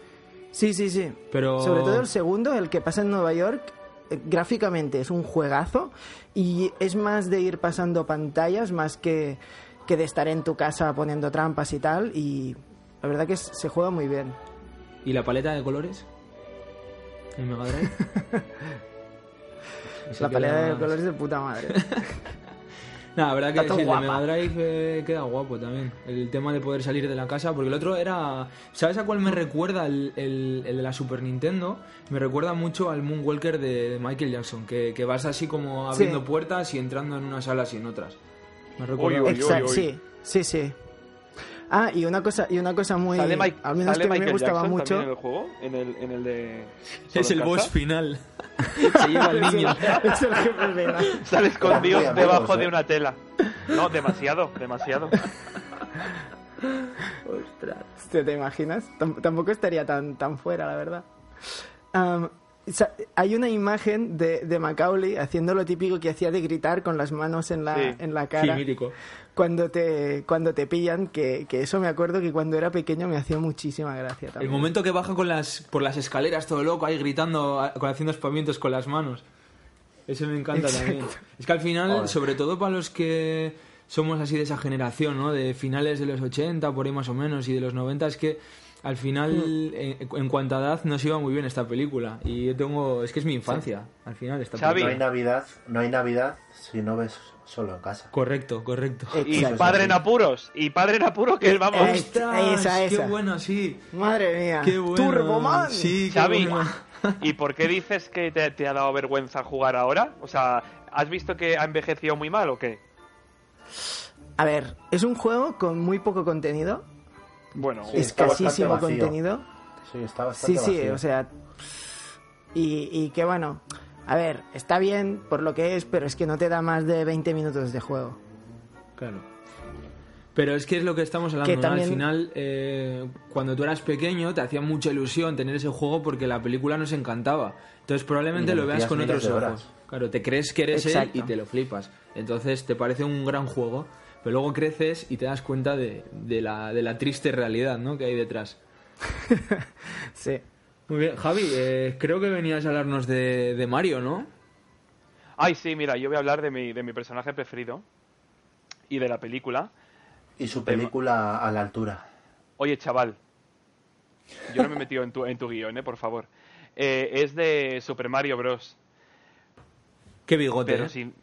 S3: Sí, sí, sí.
S1: Pero-
S3: Sobre todo el segundo, el que pasa en Nueva York, eh, gráficamente es un juegazo y es más de ir pasando pantallas más que, que de estar en tu casa poniendo trampas y tal. Y la verdad que es- se juega muy bien.
S1: ¿Y la paleta de colores? ¿El Mega
S3: [LAUGHS]
S1: Drive? Ese
S3: la
S1: que
S3: pelea de
S1: más-
S3: colores de
S1: [LAUGHS]
S3: puta madre.
S1: No, la verdad que
S3: Está
S1: sí, el
S3: todo
S1: de Mega Drive eh, queda guapo también. El tema de poder salir de la casa, porque el otro era... ¿Sabes a cuál me recuerda el, el- el de la Super Nintendo? Me recuerda mucho al Moonwalker de, de Michael Jackson, que, que vas así como
S3: Sí.
S1: abriendo puertas y entrando en unas salas y en otras. Me
S4: Uy,
S1: recuerda...
S4: uy,
S3: Exacto,
S4: uy.
S3: sí, sí, sí. Ah, y una cosa, y una cosa muy...
S4: ¿Sale, Mike,
S3: al menos
S4: sale
S3: que a mí me
S4: Michael
S3: gustaba
S4: Jackson
S3: mucho...
S4: también en el juego? ¿En el, en
S3: [LAUGHS]
S4: el de...
S1: Es el
S4: Solo en
S1: boss
S4: casa?
S1: final. Se lleva al niño.
S3: [LAUGHS] Es el jefe final.
S4: Sale escondido
S2: Muy amigos,
S4: debajo
S2: ¿eh?
S4: de una tela. No, demasiado, demasiado.
S3: Hostia, ¿Te imaginas? Tam- tampoco estaría tan, tan fuera, la verdad. Am, sa- hay una imagen de, de Macaulay haciendo lo típico que hacía de gritar con las manos en la,
S4: Sí.
S3: en la
S1: Sí,
S3: cara
S1: mítico.
S3: cuando te, cuando te pillan, que, que eso me acuerdo que cuando era pequeño me hacía muchísima gracia
S1: El
S3: también.
S1: momento que baja con las, por las escaleras todo loco, ahí gritando, a- con- haciendo espamientos con las manos. Ese me encanta también. Es que al final, sobre todo para los que somos así de esa generación, ¿no? De finales de los 80, por ahí más o menos, y de los 90, es que al
S3: Mm.
S1: final, en, en cuanto a edad, nos iba muy bien esta película. Y yo tengo... Es que es mi infancia, al final. Esta
S4: Xavi.
S2: No hay
S1: película.
S2: Navidad, no hay Navidad si no ves solo en casa.
S1: Correcto, correcto.
S4: Y
S3: Exacto.
S4: padre en apuros. Y padre en apuros que vamos...
S3: Eh,
S1: ¡Ostras!
S3: esa, esa.
S1: ¡Qué bueno, sí!
S3: Madre mía,
S1: ¡Qué bueno!
S3: Turboman. Ah.
S1: Sí, qué
S4: Xavi,
S1: bueno.
S4: ¿y por qué dices que te, te ha dado vergüenza jugar ahora? O sea, ¿has visto que ha envejecido muy mal o qué?
S3: A ver, es un juego con muy poco contenido,
S4: Bueno,
S2: Sí,
S3: es
S2: está bastante
S3: casísimo
S2: vacío.
S3: contenido.
S2: Sí, está bastante
S3: Sí, sí,
S2: vacío.
S3: o sea. pff, Y, y que bueno, a ver, está bien por lo que es, pero es que no te da más de 20 minutos de juego.
S1: Claro. Pero es que es lo que estamos hablando.
S3: Que
S1: ¿no?
S3: también-
S1: Al final, eh, cuando tú eras pequeño, te hacía mucha ilusión tener ese juego porque la película nos encantaba. Entonces, probablemente
S2: Y le
S1: lo veas
S2: metías
S1: con
S2: miles
S1: otros
S2: de
S1: ojos.
S2: horas.
S1: Claro, te crees que eres
S3: Exacto.
S1: él y te lo flipas. Entonces, te parece un gran juego. Pero luego creces y te das cuenta de, de la, de la triste realidad ¿no? que hay detrás.
S3: Sí.
S1: Muy bien, Javi, eh, creo que venías a hablarnos de, de Mario, ¿no?
S4: Ay, sí, mira, yo voy a hablar de mi, de mi personaje preferido y de la película.
S2: Y su película a la altura.
S4: Oye, chaval, yo no me he metido en tu, en tu guión, eh, por favor. Eh, es de Super Mario Bros.
S1: Qué bigote.
S4: Pero,
S1: ¿eh?
S4: sin,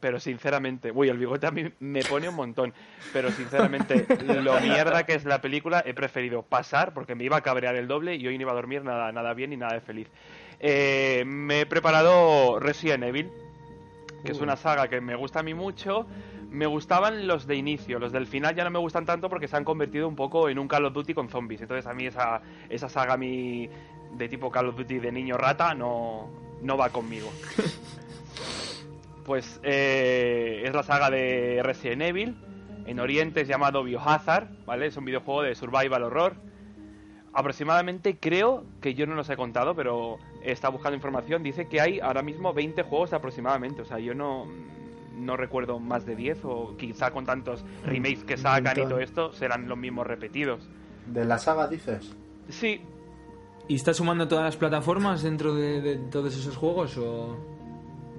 S4: pero sinceramente, uy, el bigote a mí me pone un montón. Pero sinceramente,
S1: [LAUGHS]
S4: lo mierda que es la película, he preferido pasar porque me iba a cabrear el doble y hoy no iba a dormir nada, nada bien y nada de feliz. Eh, me he preparado Resident Evil, que es una saga que me gusta a mí mucho. Me gustaban los de inicio, los del final ya no me gustan tanto porque se han convertido un poco en un Call of Duty con zombies. Entonces a mí esa, esa saga a mí de tipo Call of Duty de niño rata no, no va conmigo. Pues eh, es la saga de Resident Evil. En Oriente es llamado Biohazard, ¿vale? Es un videojuego de survival horror. Aproximadamente creo que yo no los he contado, pero está buscando información. Dice que hay ahora mismo 20 juegos aproximadamente. O sea, yo no, no recuerdo más de 10 o quizá con tantos remakes que sacan y
S3: montón.
S4: todo esto serán los mismos repetidos.
S2: ¿De la saga dices?
S4: Sí,
S1: ¿Y estás sumando todas las plataformas dentro de, de todos esos juegos o,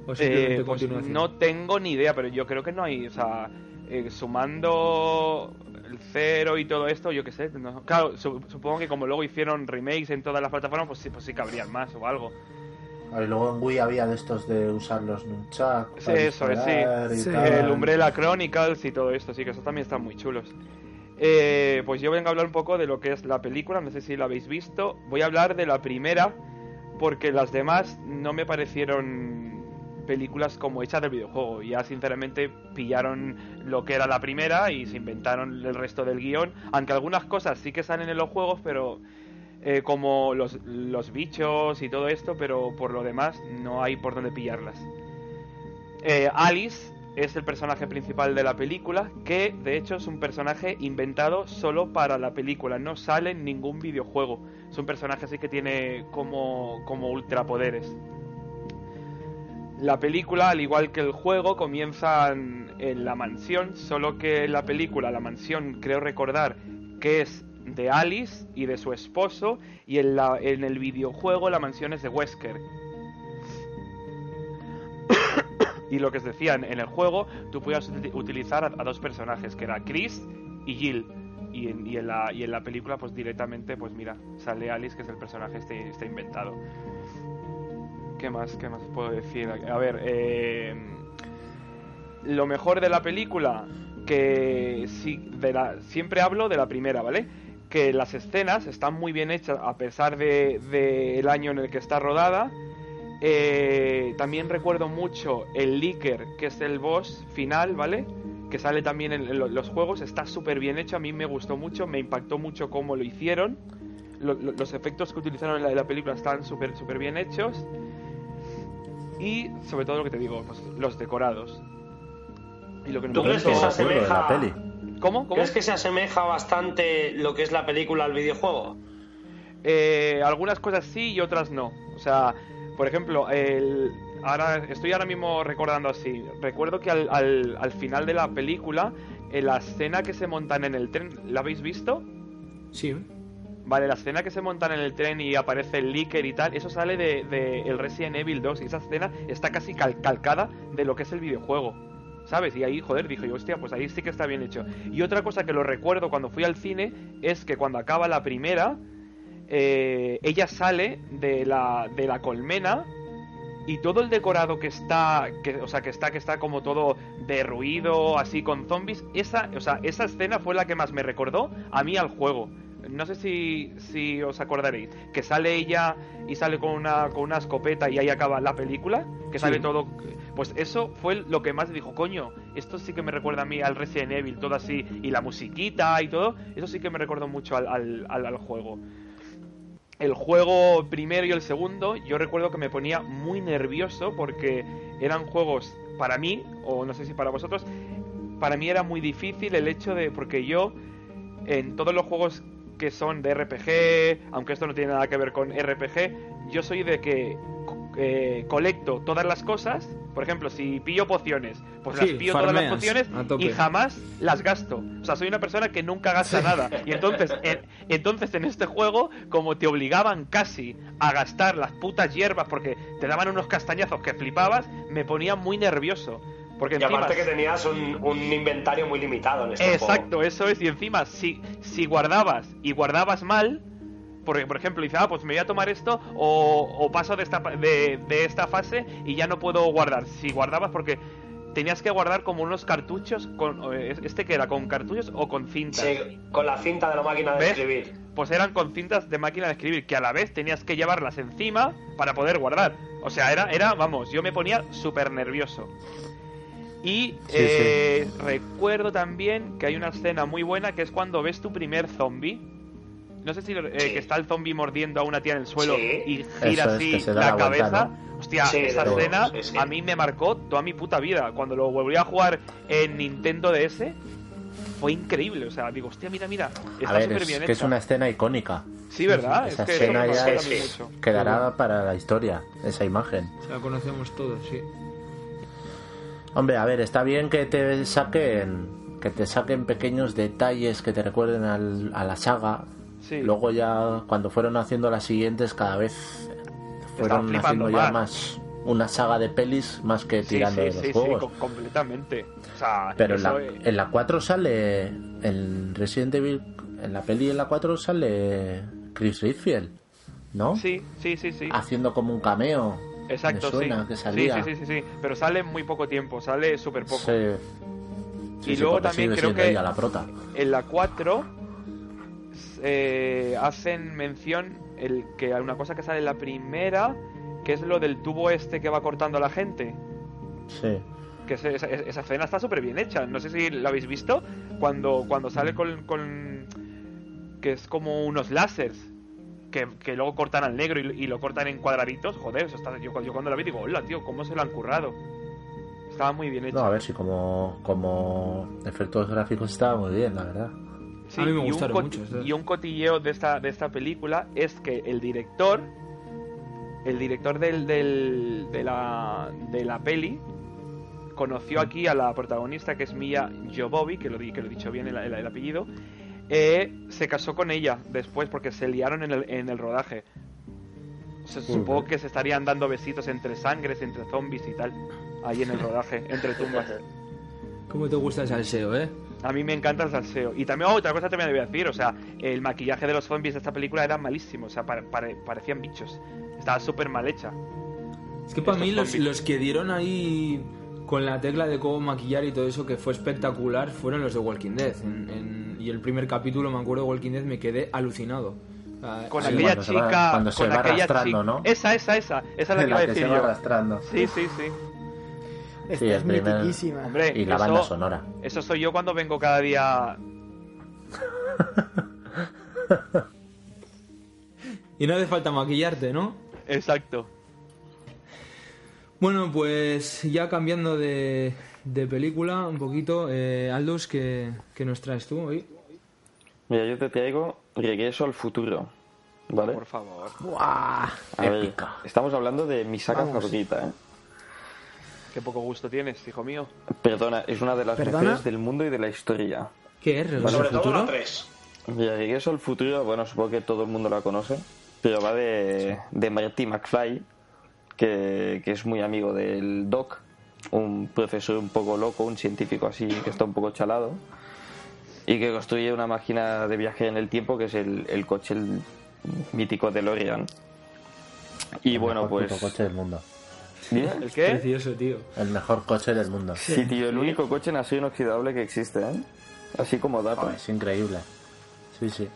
S1: o
S4: Eh,
S1: simplemente
S4: pues
S1: continuación?
S4: no tengo ni idea, pero yo creo que no hay, o sea, eh, sumando el cero y todo esto, yo qué sé. no- claro, su- supongo que como luego hicieron remakes en todas las plataformas, pues sí, pues sí cabrían más o algo.
S2: Ah, Y luego en Wii había de estos de usar los nunchak.
S4: Sí, eso es, sí.
S3: Sí.
S4: El Umbrella Chronicles y todo esto, sí, que esos también están muy chulos. Eh, pues yo vengo a hablar un poco de lo que es la película, no sé si la habéis visto. Voy a hablar de la primera, porque las demás no me parecieron películas como hechas del videojuego. Ya sinceramente pillaron lo que era la primera y se inventaron el resto del guión. Aunque algunas cosas sí que salen en los juegos, pero eh, como los, los bichos y todo esto, pero por lo demás no hay por dónde pillarlas. Eh, Alice es el personaje principal de la película, que de hecho es un personaje inventado solo para la película, no sale en ningún videojuego. Es un personaje así que tiene como, como ultrapoderes. La película, al igual que el juego, comienza en, en la mansión, solo que en la película, la mansión, creo recordar que es de Alice y de su esposo, y en, la, en el videojuego la mansión es de Wesker, Y lo que os decían, en el juego tú podías uti- utilizar a, a dos personajes, que era Chris y Jill. Y en, y en la, y en la película, pues directamente, pues mira, sale Alice, que es el personaje este, este inventado. ¿Qué más, ¿Qué más puedo decir? A ver, eh, lo mejor de la película, que sí, de la, siempre hablo de la primera, ¿vale? Que las escenas están muy bien hechas a pesar del de, el año en el que está rodada. Eh, también recuerdo mucho el Licker, que es el boss final, ¿vale? Que sale también en lo- los juegos, está súper bien hecho, a mí me gustó mucho, me impactó mucho cómo lo hicieron. Lo- lo- los efectos que utilizaron en la, en la película están súper súper bien hechos. Y sobre todo lo que te digo, pues, los decorados. Y lo que no
S6: ¿Tú
S4: me
S6: crees
S4: gustó-
S6: que se
S2: Todo el acuerdo de
S6: asemeja?
S2: la peli.
S4: ¿Cómo? ¿Cómo?
S6: ¿Crees que se asemeja bastante lo que es la película al videojuego?
S4: Eh, algunas cosas sí y otras no. O sea, por ejemplo, el, ahora estoy ahora mismo recordando así. Recuerdo que al, al- al final de la película, en la escena que se montan en el tren, ¿la habéis visto?
S1: Sí.
S4: Vale, la escena que se montan en el tren y aparece el Licker y tal, eso sale de, de el Resident Evil 2 y esa escena está casi cal- calcada de lo que es el videojuego. ¿Sabes? Y ahí, joder, dije yo, hostia, pues ahí sí que está bien hecho. Y otra cosa que lo recuerdo cuando fui al cine es que cuando acaba la primera, eh, ella sale de la, de la colmena y todo el decorado que está, que, o sea, que está, que está como todo derruido, así con zombies, esa, o sea, esa escena fue la que más me recordó a mí al juego. No sé si, si os acordaréis, que sale ella y sale con una, con una escopeta y ahí acaba la película, que
S1: Sí.
S4: sale todo... Pues eso fue lo que más dijo, coño, esto sí que me recuerda a mí al Resident Evil, todo así, y la musiquita y todo, eso sí que me recordó mucho al- al- al, al juego el juego primero y el segundo, yo recuerdo que me ponía muy nervioso porque eran juegos para mí, o no sé si para vosotros, para mí era muy difícil el hecho de, porque yo en todos los juegos que son de RPG, aunque esto no tiene nada que ver con RPG, yo soy de que co- eh, colecto todas las cosas, por ejemplo, si pillo pociones, pues
S1: Sí,
S4: las pillo todas las
S1: farmeas, a
S4: pociones
S1: tope.
S4: y jamás las gasto. O sea, soy una persona que nunca gasta nada. Y entonces, en, entonces en este juego, como te obligaban casi a gastar las putas hierbas porque te daban unos castañazos que flipabas, me ponía muy nervioso. Porque
S6: Y
S4: encima,
S6: aparte que tenías un, un inventario muy limitado en este
S4: Exacto, eso es. Y encima, si, si guardabas y guardabas mal, porque por ejemplo, dices, ah, pues me voy a tomar esto o, o paso de esta, pa- de, de esta fase y ya no puedo guardar. Si guardabas porque tenías que guardar como unos cartuchos, con o, eh, este que era, con cartuchos o con cintas.
S6: juego. Sí, con la cinta de la máquina de
S4: ¿Ves?
S6: escribir.
S4: Pues eran con cintas de máquina de escribir, que a la vez tenías que llevarlas encima para poder guardar. O sea, era, era vamos, yo me ponía súper nervioso. Y
S2: Sí,
S4: eh, recuerdo también que hay una escena muy buena que es cuando ves tu primer zombie. No sé si lo- eh,
S6: Sí.
S4: que está el zombie mordiendo a una tía en el suelo
S6: Sí.
S4: y gira
S2: Eso es,
S4: así
S2: que se da
S4: la,
S2: la vuelta,
S4: cabeza. Hostia,
S6: Sí,
S4: esa
S6: pero-
S4: escena
S6: sí, sí.
S4: a mí me marcó toda mi puta vida. Cuando lo volví a jugar en Nintendo DS fue increíble. O sea, digo, hostia, mira, mira.
S2: A
S4: Está
S2: ver,
S4: súper
S2: es,
S4: bien
S2: que es
S4: hecha.
S2: una escena icónica.
S4: Sí, ¿verdad?
S2: Esa
S4: es que
S2: escena
S4: eso me
S6: ya
S4: marcó
S6: es-
S4: también
S6: sí.
S4: mucho.
S2: Quedará para la historia, esa imagen.
S1: O sea, la conocemos todos, sí.
S2: Hombre, a ver, está bien que te saquen que te saquen pequeños detalles que te recuerden al- a la saga.
S4: Sí.
S2: Luego ya cuando fueron haciendo las siguientes cada vez fueron
S4: flipando
S2: haciendo ya
S4: más.
S2: más una saga de pelis más que
S4: Sí,
S2: tirando
S4: sí,
S2: de los
S4: sí, sí,
S2: juegos.
S4: co- completamente. O sea,
S2: Pero en
S4: eso,
S2: la,
S4: eh,
S2: en la 4 sale. En Resident Evil. En la peli en la 4 sale. Chris Redfield, ¿no?
S4: Sí, sí, sí, sí.
S2: Haciendo como un cameo.
S4: Exacto,
S2: Ah, Me suena que
S4: sí. sí.
S2: salía.
S4: Sí, sí, sí, sí. Pero sale en muy poco tiempo, sale súper poco.
S2: Sí. Sí,
S4: y
S2: sí,
S4: luego
S2: porque
S4: también
S2: sigue
S4: creo
S2: siendo
S4: que
S2: ella la prota.
S4: en la 4 eh, hacen mención el que hay una cosa que sale en la primera, que es lo del tubo este que va cortando a la gente.
S2: Sí.
S4: Que ese- esa, esa escena está súper bien hecha. No sé si la habéis visto cuando, cuando sale con, con- que es como unos láseres. Que, que luego cortan al negro y, y lo cortan en cuadraditos. Joder, eso está, yo, yo cuando la vi digo, hola, tío, ¿cómo se lo han currado? Estaba muy bien hecho.
S2: No, a ver si como, como efectos gráficos estaba muy bien, la verdad.
S4: Sí,
S1: A mí me
S4: y un
S1: gustaron
S4: cot-
S1: mucho, esas.
S4: Y un cotilleo de esta, de esta película es que el director, el director del, del- de, la, de la peli,
S1: Mm.
S4: conoció aquí a la protagonista que es Mia Jobovi, que lo, di- que lo he dicho bien el, el- el apellido, eh, se casó con ella después porque se liaron en el, en el rodaje. Se- supongo que se estarían dando besitos entre sangres, entre zombies y tal, ahí en el rodaje, entre tumbas.
S1: ¿Cómo te gusta el salseo, eh?
S4: A mí me encanta el salseo. Y también, oh, otra cosa también debía decir, o sea, el maquillaje de los zombies de esta película era malísimo, o sea, pare- pare- parecían bichos. Estaba súper mal hecha.
S1: Es que para
S4: Estos
S1: mí los,
S4: zombies.
S1: los que dieron ahí con la tecla de cómo maquillar y todo eso que fue espectacular fueron los de Walking Dead. En- en- y el primer capítulo, me acuerdo de Walking Dead, me quedé alucinado. Ah,
S4: Con
S2: Sí,
S4: aquella
S2: cuando se
S4: chica...
S2: va- cuando se
S4: con
S2: va
S4: aquella
S2: arrastrando,
S4: chi-
S2: ¿no?
S4: Esa, esa, esa.
S2: [LAUGHS]
S4: Esa es la que iba a
S2: que
S4: decir
S2: se va
S4: yo.
S2: arrastrando.
S4: Sí, sí, sí.
S3: Esta
S2: Sí, el
S3: es
S2: primer-
S3: mitiquísima.
S4: Hombre,
S2: Y la
S4: eso,
S2: banda sonora.
S4: eso soy yo cuando vengo cada día...
S1: Y no hace falta maquillarte, ¿no?
S4: Exacto.
S1: Bueno, pues ya cambiando de, de película un poquito, eh, Aldous, ¿qué, qué nos traes tú hoy?
S5: Mira, yo te traigo Regreso al futuro. ¿Vale?
S4: Por favor.
S3: ¡Buah!
S5: A ver,
S2: épica.
S5: estamos hablando de mi saga
S3: Vamos.
S5: favorita, ¿eh?
S4: Qué poco gusto tienes, hijo mío.
S5: Perdona, es una de las
S3: ¿Perdona?
S5: mejores del mundo y de la historia.
S1: ¿Qué es? ¿Regreso al
S6: Sobre todo
S1: futuro?
S6: la 3.
S5: Mira, Regreso al futuro, bueno, supongo que todo el mundo la conoce, pero va de, de Marty McFly, que, que es muy amigo del Doc, un profesor un poco loco, un científico así que está un poco chalado, y que construye una máquina de viaje en el tiempo que es el, el coche el mítico DeLorean. Y
S2: El
S5: bueno,
S2: mejor
S5: pues...
S2: puto coche del mundo.
S5: Dime.
S4: ¿El qué?
S1: Precioso, tío.
S2: El mejor coche del mundo.
S5: Sí, tío, el único coche en acero inoxidable que existe, ¿eh? Así como dato.
S2: Joder, es increíble. Sí, sí.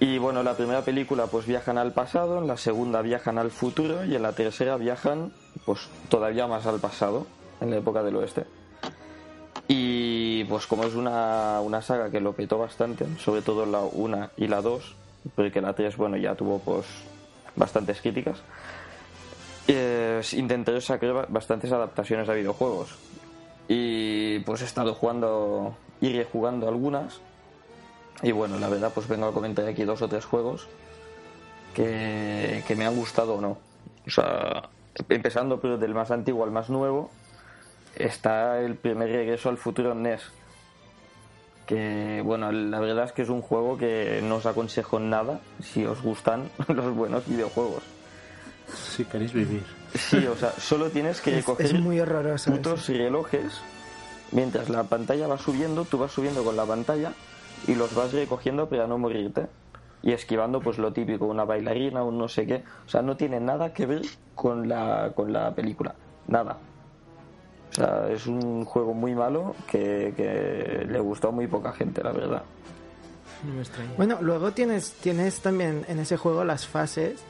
S5: Y bueno, la primera película pues viajan al pasado, en la segunda viajan al futuro y en la tercera viajan pues todavía más al pasado, en la época del oeste. Y pues como es una, una saga que lo petó bastante, sobre todo la 1 y la 2, porque la 3 bueno ya tuvo pues bastantes críticas, eh, intenté sacar ba- bastantes adaptaciones a videojuegos. Y pues he estado jugando y rejugando algunas. Y bueno, la verdad, pues vengo a comentar aquí dos o tres juegos que, que me han gustado o no. O sea, empezando pues, del más antiguo al más nuevo, está el primer regreso al futuro en NES. Que bueno, la verdad es que es un juego que no os aconsejo nada si os gustan [LAUGHS] los buenos videojuegos.
S2: Si queréis vivir.
S5: Sí, o sea, solo tienes que
S3: Es,
S5: coger
S3: es muy horroroso. eso.
S5: putos relojes. Mientras la pantalla va subiendo, tú vas subiendo con la pantalla y los vas recogiendo para no morirte. Y esquivando pues lo típico, una bailarina, un no sé qué. O sea, no tiene nada que ver con la, con la película. Nada. O sea, es un juego muy malo que, que le gustó a muy poca gente, la verdad.
S1: No me extraña.
S3: Bueno, luego tienes, tienes también en ese juego las fases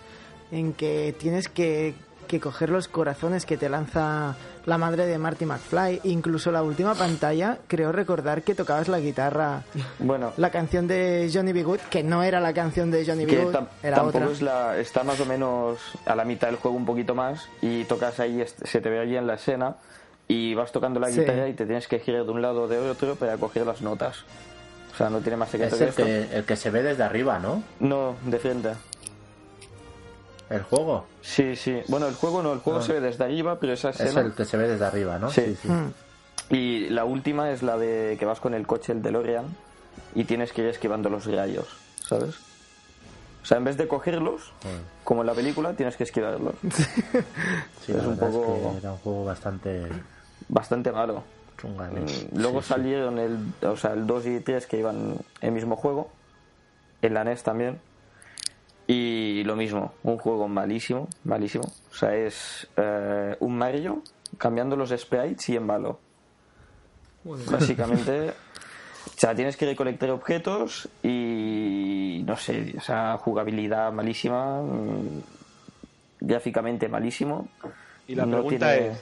S3: en que tienes que, que coger los corazones que te lanza la madre de Marty McFly. Incluso la última pantalla, creo recordar que tocabas la guitarra,
S5: Bueno,
S3: la canción de Johnny B. Good, que no era la canción de Johnny B.
S5: que
S3: Good,
S5: tam-
S3: era
S5: tampoco
S3: otra.
S5: es la está más o menos a la mitad del juego un poquito más y tocas ahí est- se te ve allí en la escena y vas tocando la
S3: Sí.
S5: guitarra y te tienes que girar de un lado o de otro para coger las notas o sea no tiene más secreto
S2: Es
S5: que
S2: el
S5: esto
S2: que, el que se ve desde arriba, ¿no?
S5: no de frente
S2: El juego.
S5: sí sí bueno el juego no el juego se ve desde arriba pero esa
S2: Es
S5: escena
S2: el que se ve desde arriba, ¿no?
S5: Sí. Mm. Y la última es la de que vas con el coche, el DeLorean, y tienes que ir esquivando los rayos, ¿sabes? O O sea, en vez de cogerlos, como en la película, tienes que esquivarlos.
S2: Sí,
S5: Es
S2: la
S5: un
S2: verdad es
S5: poco-
S2: que era un juego bastante
S5: Bastante malo.
S2: chunganes.
S5: Mm, Luego salieron el, o sea, el 2 y 3 que iban el mismo juego. En la NES también. Y lo mismo, un juego malísimo, malísimo. O sea, es eh, un Mario cambiando los sprites y en malo.
S1: Joder.
S4: [LAUGHS]
S5: Básicamente, o sea, tienes que recolectar objetos y no sé, o sea, jugabilidad malísima, mm, gráficamente malísimo.
S4: Y la
S5: No
S4: pregunta
S5: tiene-
S4: es,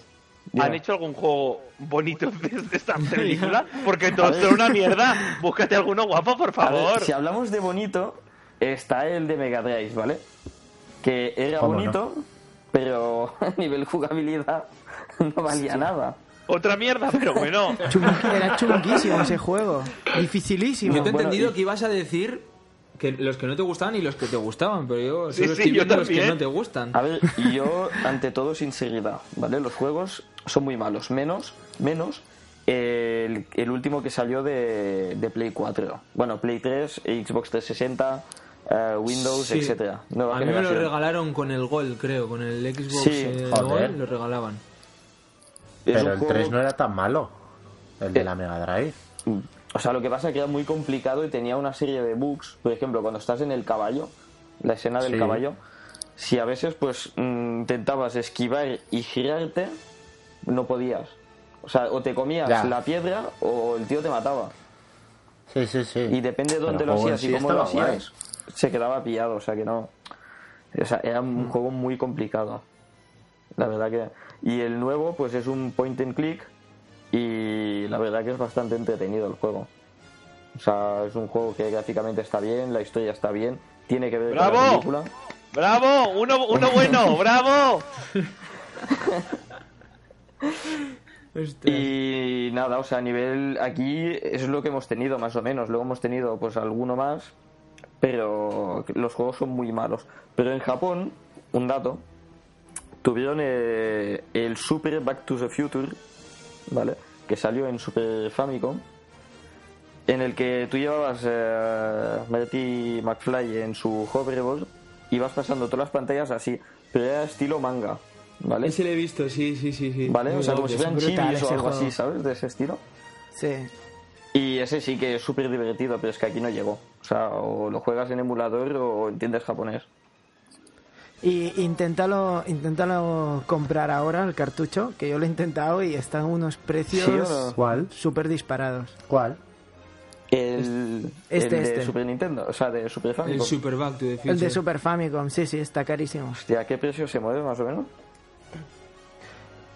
S4: ¿han
S5: Dime.
S4: hecho algún juego bonito [LAUGHS] desde
S5: [LAUGHS]
S4: esta película? Porque todos son una mierda. Búscate alguno guapo, por
S5: A ver,
S4: favor.
S5: si hablamos de bonito, está el de Mega Drive, ¿vale? Que era
S2: ¿Cómo
S5: bonito, pero [LAUGHS] a nivel jugabilidad no valía nada.
S4: Otra mierda, pero bueno.
S3: Chungu- era chunguísimo ese juego. Dificilísimo.
S1: Yo te he
S5: Bueno,
S1: entendido
S5: y-
S1: que ibas a decir que los que no te gustaban y los que te gustaban, pero yo
S4: Sí,
S1: solo
S4: sí,
S1: estoy
S4: yo
S1: viendo los que
S4: también.
S1: no te gustan.
S5: A ver, yo, ante todo, sinceridad, ¿vale? Los juegos son muy malos, menos, menos el, el último que salió de, de Play 4. Bueno, Play 3, Xbox 360, eh, Windows,
S1: Sí.
S5: etcétera. Nueva
S1: a mí me lo
S5: generación.
S1: regalaron con el Gol, creo, con el Xbox
S5: Sí,
S1: eh,
S2: joder.
S1: Gold lo regalaban.
S5: Es
S2: Pero
S5: un
S2: el
S5: juego-
S2: 3 no era tan malo. El
S5: Eh.
S2: de la Mega Drive.
S5: O sea, lo que pasa es que era muy complicado y tenía una serie de bugs. Por ejemplo, cuando estás en el caballo, la escena del
S2: Sí.
S5: caballo, si a veces pues mm, intentabas esquivar y girarte, no podías. O sea, o te comías
S2: Ya.
S5: la piedra o el tío te mataba.
S2: Sí, sí, sí.
S5: Y depende de
S2: Pero
S5: dónde
S2: el
S5: lo
S2: juego en
S5: hacías y
S2: sí
S5: cómo lo
S2: estaba guay.
S5: hacías, se quedaba pillado. O sea, que no. O sea, era
S2: Mm.
S5: un juego muy complicado. La verdad que. Y el nuevo, pues es un point and click. Y la verdad que es bastante entretenido el juego. O sea, es un juego que gráficamente está bien, la historia está bien, tiene que ver con la
S4: ¡Bravo!
S5: película.
S4: ¡Bravo! ¡Uno, uno
S5: [LAUGHS]
S4: bueno! ¡Bravo!
S1: Ostras.
S5: Y nada, o sea, a nivel aquí es lo que hemos tenido más o menos. Luego hemos tenido pues alguno más, pero los juegos son muy malos. Pero en Japón, un dato, tuvieron eh, el Super Back to the Future, ¿vale? Que salió en Super Famicom, en el que tú llevabas eh, Marty McFly en su hoverboard y vas pasando todas las pantallas así, pero era estilo manga, ¿vale?
S1: Ese lo he visto, sí, sí, sí. sí.
S5: ¿Vale? O sea, como
S1: Muy
S5: si
S1: guapo.
S5: fueran
S3: brutal
S5: chivis o
S3: ese
S5: algo
S3: juego.
S5: así, ¿sabes? De ese estilo.
S3: Sí.
S5: Y ese sí que es súper divertido, pero es que aquí no llegó. O sea, o lo juegas en emulador o entiendes japonés.
S3: Y inténtalo, inténtalo comprar ahora el cartucho, que yo lo he intentado y están a unos
S5: ¿Sí o
S3: precios
S5: no?
S2: ¿Cuál?
S3: súper disparados.
S2: ¿Cuál?
S5: El,
S3: Este,
S5: el de
S3: este.
S5: Super Nintendo, o sea, de Super
S1: El
S5: Famicom.
S1: Super Back to the Future.
S3: El de Super Famicom, sí, sí, está carísimo.
S5: Hostia, ¿a qué precio se mueve más o menos?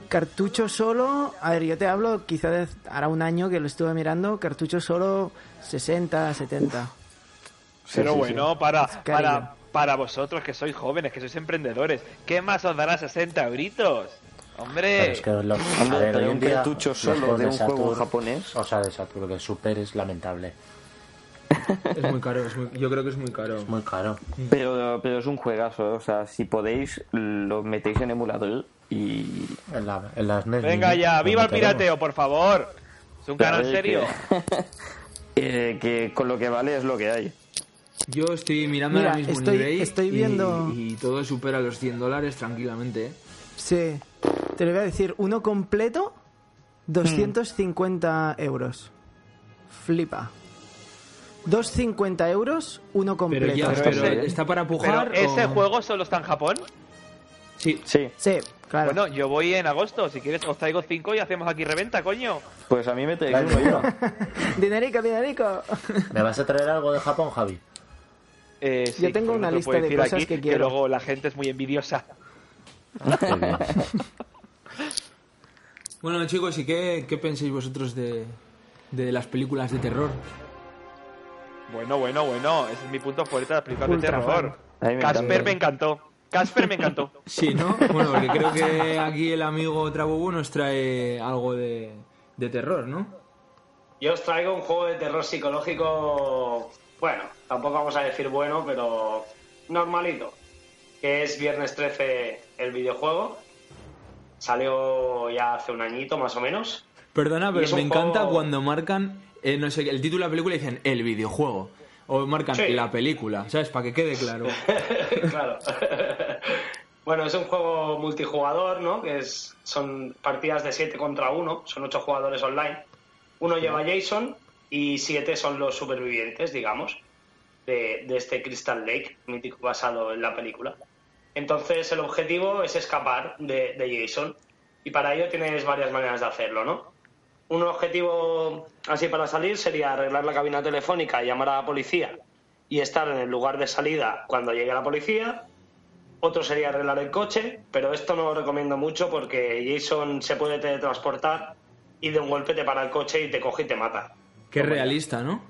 S3: Cartucho solo, a ver, yo te hablo, quizás hará un año que lo estuve mirando, cartucho solo 60, 70.
S4: Pero
S5: sí, sí.
S4: bueno, para,
S3: cariño.
S4: para, para vosotros que sois jóvenes, que sois emprendedores, ¿qué más os dará 60 euritos?
S2: Pero
S4: Hombre,
S2: es que los,
S5: Eh, Hombre,
S2: a ver,
S5: pero
S2: hoy en
S5: un
S2: día,
S5: cartucho
S2: los
S5: solo
S2: juegos
S5: de un juego
S2: Saturn-
S5: japonés.
S2: O sea, de Saturn, de Super es lamentable.
S1: Es muy caro, es muy- yo creo que es muy caro.
S2: Es muy caro.
S5: Pero, pero es un juegazo, ¿eh? o sea, si podéis, lo metéis en emulador y...
S2: En, la- en las E NES
S4: venga
S2: Mini
S4: ya,
S2: lo
S4: viva el
S2: meteremos.
S4: pirateo, por favor. Es un canal
S5: Pero, eh,
S4: serio.
S5: Que, [LAUGHS] eh, que con lo que vale es lo que hay.
S1: Yo estoy mirando
S3: Mira,
S1: ahora mismo en
S3: estoy-
S1: eBay
S3: estoy
S1: y-
S3: viendo-
S1: Y, todo supera los 100 dólares tranquilamente, ¿eh?
S3: Sí, te lo voy a decir, uno completo, 250 euros. Flipa. 250 euros, uno
S1: Pero,
S3: completo.
S1: ya,
S5: Pero
S1: pero eh,
S5: ese-
S1: ¿está para
S4: Pero
S1: pujar
S4: ese
S1: o-
S4: juego solo está en Japón.
S1: Sí,
S5: Sí,
S3: Sí, claro.
S4: Bueno, yo voy en agosto. Si quieres, os traigo 5 y hacemos aquí reventa, coño.
S5: pues a mí me traéis
S2: Claro,
S5: uno yo.
S3: Dinerico, dinerico.
S2: ¿Me vas a traer algo de Japón, Javi?
S4: Eh, sí,
S3: tengo
S4: pero no
S3: una
S4: te lo
S3: lista
S4: puedo
S3: de
S4: decir
S3: cosas
S4: aquí,
S3: que quiero.
S4: luego la gente es muy envidiosa.
S2: Qué bien.
S1: Bueno, chicos, ¿y qué, qué pensáis vosotros de, de las películas de terror?
S4: Bueno, bueno, bueno. Ese es mi punto fuerte de las películas de
S3: Ultra
S4: terror.
S5: fan. A mí me
S4: Casper
S5: encanta.
S4: me encantó. Casper me encantó.
S1: Sí, ¿no? [LAUGHS] Bueno, porque creo que aquí el amigo Trabubu nos trae algo de, de terror, ¿no?
S6: Yo os traigo un juego de terror psicológico, bueno, tampoco vamos a decir bueno, pero normalito, que es Viernes 13 el videojuego. Salió ya hace un añito más o menos.
S1: Perdona,
S6: Y es
S1: pero me
S6: un
S1: encanta
S6: juego-
S1: cuando marcan eh, no sé, el título de la película y dicen el videojuego. O marcan
S6: Sí.
S1: la película, ¿sabes? Para que quede claro.
S6: [LAUGHS] claro. bueno, es un juego multijugador, ¿no? Que es, son partidas de 7 contra 1, son 8 jugadores online. Uno lleva a Jason y 7 son los supervivientes, digamos, de, de este Crystal Lake, mítico basado en la película. Entonces, el objetivo es escapar de, de Jason. Y para ello tienes varias maneras de hacerlo, ¿no? Un objetivo así para salir sería arreglar la cabina telefónica, llamar a la policía y estar en el lugar de salida cuando llegue la policía. Otro sería arreglar el coche, pero esto no lo recomiendo mucho porque Jason se puede teletransportar y de un golpe te para el coche y te coge y te mata.
S1: Qué realista, ¿no?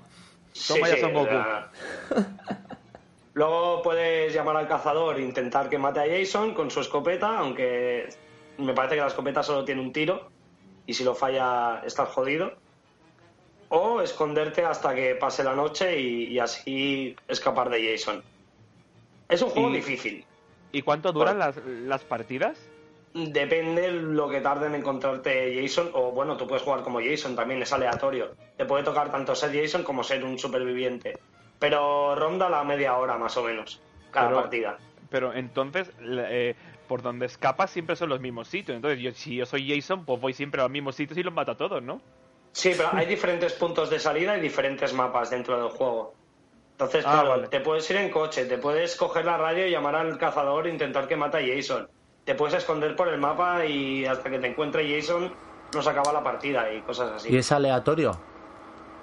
S4: Toma ya, Son
S6: o
S4: Goku.
S6: sea. [LAUGHS] Luego puedes llamar al cazador e intentar que mate a Jason con su escopeta, aunque me parece que la escopeta solo tiene un tiro y si lo falla estás jodido. O esconderte hasta que pase la noche y, y así escapar de Jason. Es un juego
S4: Y-
S6: difícil.
S4: ¿Y cuánto duran las, las partidas?
S6: Depende lo que tarde en encontrarte Jason, o bueno, tú puedes jugar como Jason también, es aleatorio. Te puede tocar tanto ser Jason como ser un superviviente. Pero ronda la media hora más o menos, cada
S4: Pero-
S6: partida.
S4: Pero entonces, la- eh, por donde escapas siempre son los mismos sitios. Entonces, yo, si yo soy Jason, pues voy siempre a los mismos sitios y los mato a todos, ¿no?
S6: Sí, pero hay diferentes puntos de salida y diferentes mapas dentro del juego. Entonces,
S4: Ah,
S6: claro,
S4: vale.
S6: te puedes ir en coche, te puedes coger la radio y llamar al cazador e intentar que mate a Jason. Te puedes esconder por el mapa y hasta que te encuentre Jason nos acaba la partida y cosas así.
S2: [LAUGHS] Y es aleatorio.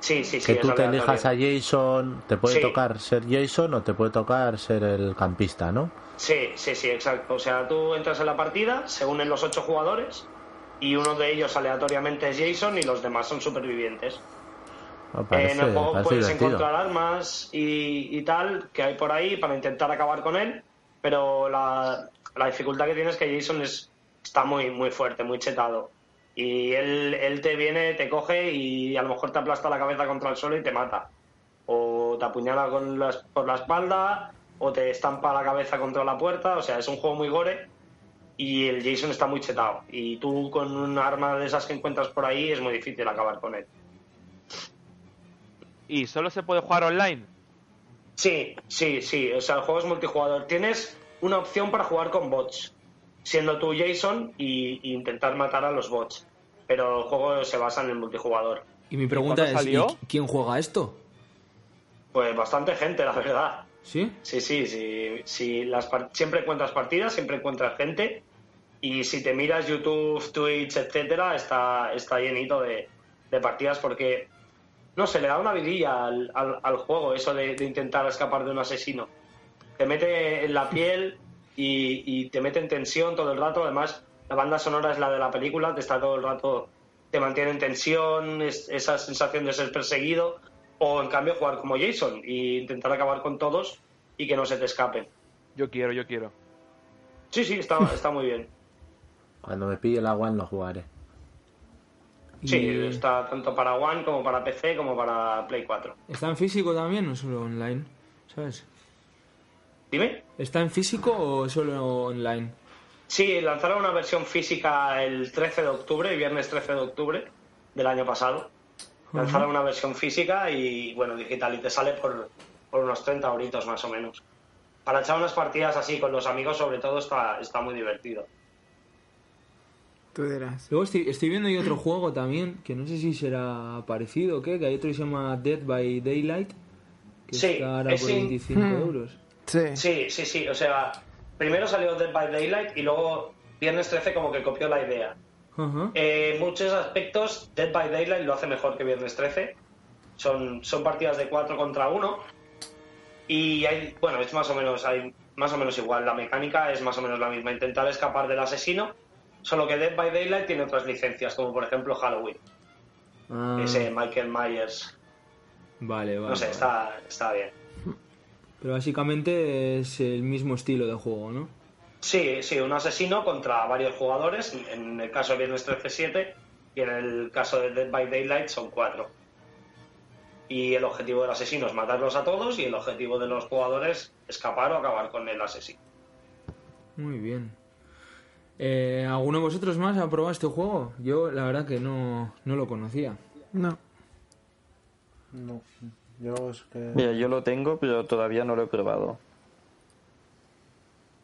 S6: Sí, sí, sí.
S2: que
S6: es
S2: tú te
S6: aleatorio.
S2: elijas a Jason, te puede
S6: Sí.
S2: tocar ser Jason o te puede tocar ser el campista, ¿no?
S6: Sí, sí, sí, exacto. O sea, tú entras en la partida, se unen los ocho jugadores y uno de ellos aleatoriamente es Jason y los demás son supervivientes.
S2: Me
S5: Eh,
S2: parece,
S6: en el juego
S2: parece
S6: Eh, puedes
S2: divertido.
S6: encontrar armas y, y tal que hay por ahí para intentar acabar con él, pero la, la dificultad que tienes es que Jason es, está muy, muy fuerte, muy chetado. Y él, él te viene, te coge y a lo mejor te aplasta la cabeza contra el suelo y te mata. O te apuñala con las- por la espalda, o te estampa la cabeza contra la puerta. O sea, es un juego muy gore y el Jason está muy chetado. Y tú con un arma de esas que encuentras por ahí es muy difícil acabar con él.
S4: Y solo se puede jugar online.
S6: Sí, sí, sí. O sea, el juego es multijugador. Tienes una opción para jugar con bots, siendo tú Jason y, y intentar matar a los bots. Pero el juego se basa en el multijugador.
S1: Y mi pregunta
S4: cuándo
S1: es, ¿y
S4: salió?
S1: qui- ¿quién juega esto?
S6: Pues bastante gente, la verdad.
S1: ¿Sí?
S6: Sí, sí, sí. sí las par- siempre encuentras partidas, siempre encuentras gente. Y si te miras YouTube, Twitch, etcétera, está, está llenito de, de partidas porque, no sé, le da una vidilla al, al- al juego eso de, de intentar escapar de un asesino. Te mete en la piel y, y te mete en tensión todo el rato. Además, la banda sonora es la de la película, te está todo el rato, te mantiene en tensión, es- esa sensación de ser perseguido. O en cambio, jugar como Jason e intentar acabar con todos y que no se te escapen.
S4: Yo quiero, yo quiero.
S6: Sí, sí, está, está muy bien.
S2: Cuando me pille el agua lo jugaré.
S6: Sí,
S1: ¿Y
S6: está tanto para One como para PC como para Play 4.
S1: ¿Está en físico también o solo online? ¿Sabes?
S6: Dime.
S1: ¿Está en físico o solo online?
S6: Sí, lanzaron una versión física el 13 de octubre, el viernes 13 de octubre del año pasado. Lanzaron una versión física y, bueno, digital, y te sale por, por unos 30 euritos más o menos. Para echar unas partidas así con los amigos, sobre todo, está, está muy divertido.
S3: Tú dirás.
S1: Luego estoy, estoy viendo yo otro juego también, que no sé si será parecido o qué, que hay otro que se llama Dead by Daylight, que
S6: Sí,
S1: está ahora
S6: es
S1: por
S6: in-
S1: 25
S3: Hmm.
S1: euros.
S3: Sí.
S6: Sí, sí, sí. O sea, primero salió Dead by Daylight y luego Viernes 13 como que copió la idea.
S1: Ajá.
S6: En Eh, muchos aspectos, Dead by Daylight lo hace mejor que Viernes 13. Son, son partidas de 4 contra 1. Y hay, bueno, es más o menos, hay más o menos igual. La mecánica es más o menos la misma. Intentar escapar del asesino. Solo que Dead by Daylight tiene otras licencias, como por ejemplo Halloween.
S1: Ah,
S6: Ese Michael Myers.
S1: Vale, vale.
S6: No sé,
S1: vale.
S6: está, está bien.
S1: Pero básicamente es el mismo estilo de juego, ¿no?
S6: Sí, sí, un asesino contra varios jugadores. En el caso de Viernes 13, 7 y en el caso de Dead by Daylight son 4. Y el objetivo del asesino es matarlos a todos y el objetivo de los jugadores escapar o acabar con el asesino.
S1: Muy bien. Eh, ¿Alguno de vosotros más ha probado este juego? Yo la verdad que no, no lo conocía.
S3: No.
S2: Yo es que...
S5: Mira, yo lo tengo, pero todavía no lo he probado.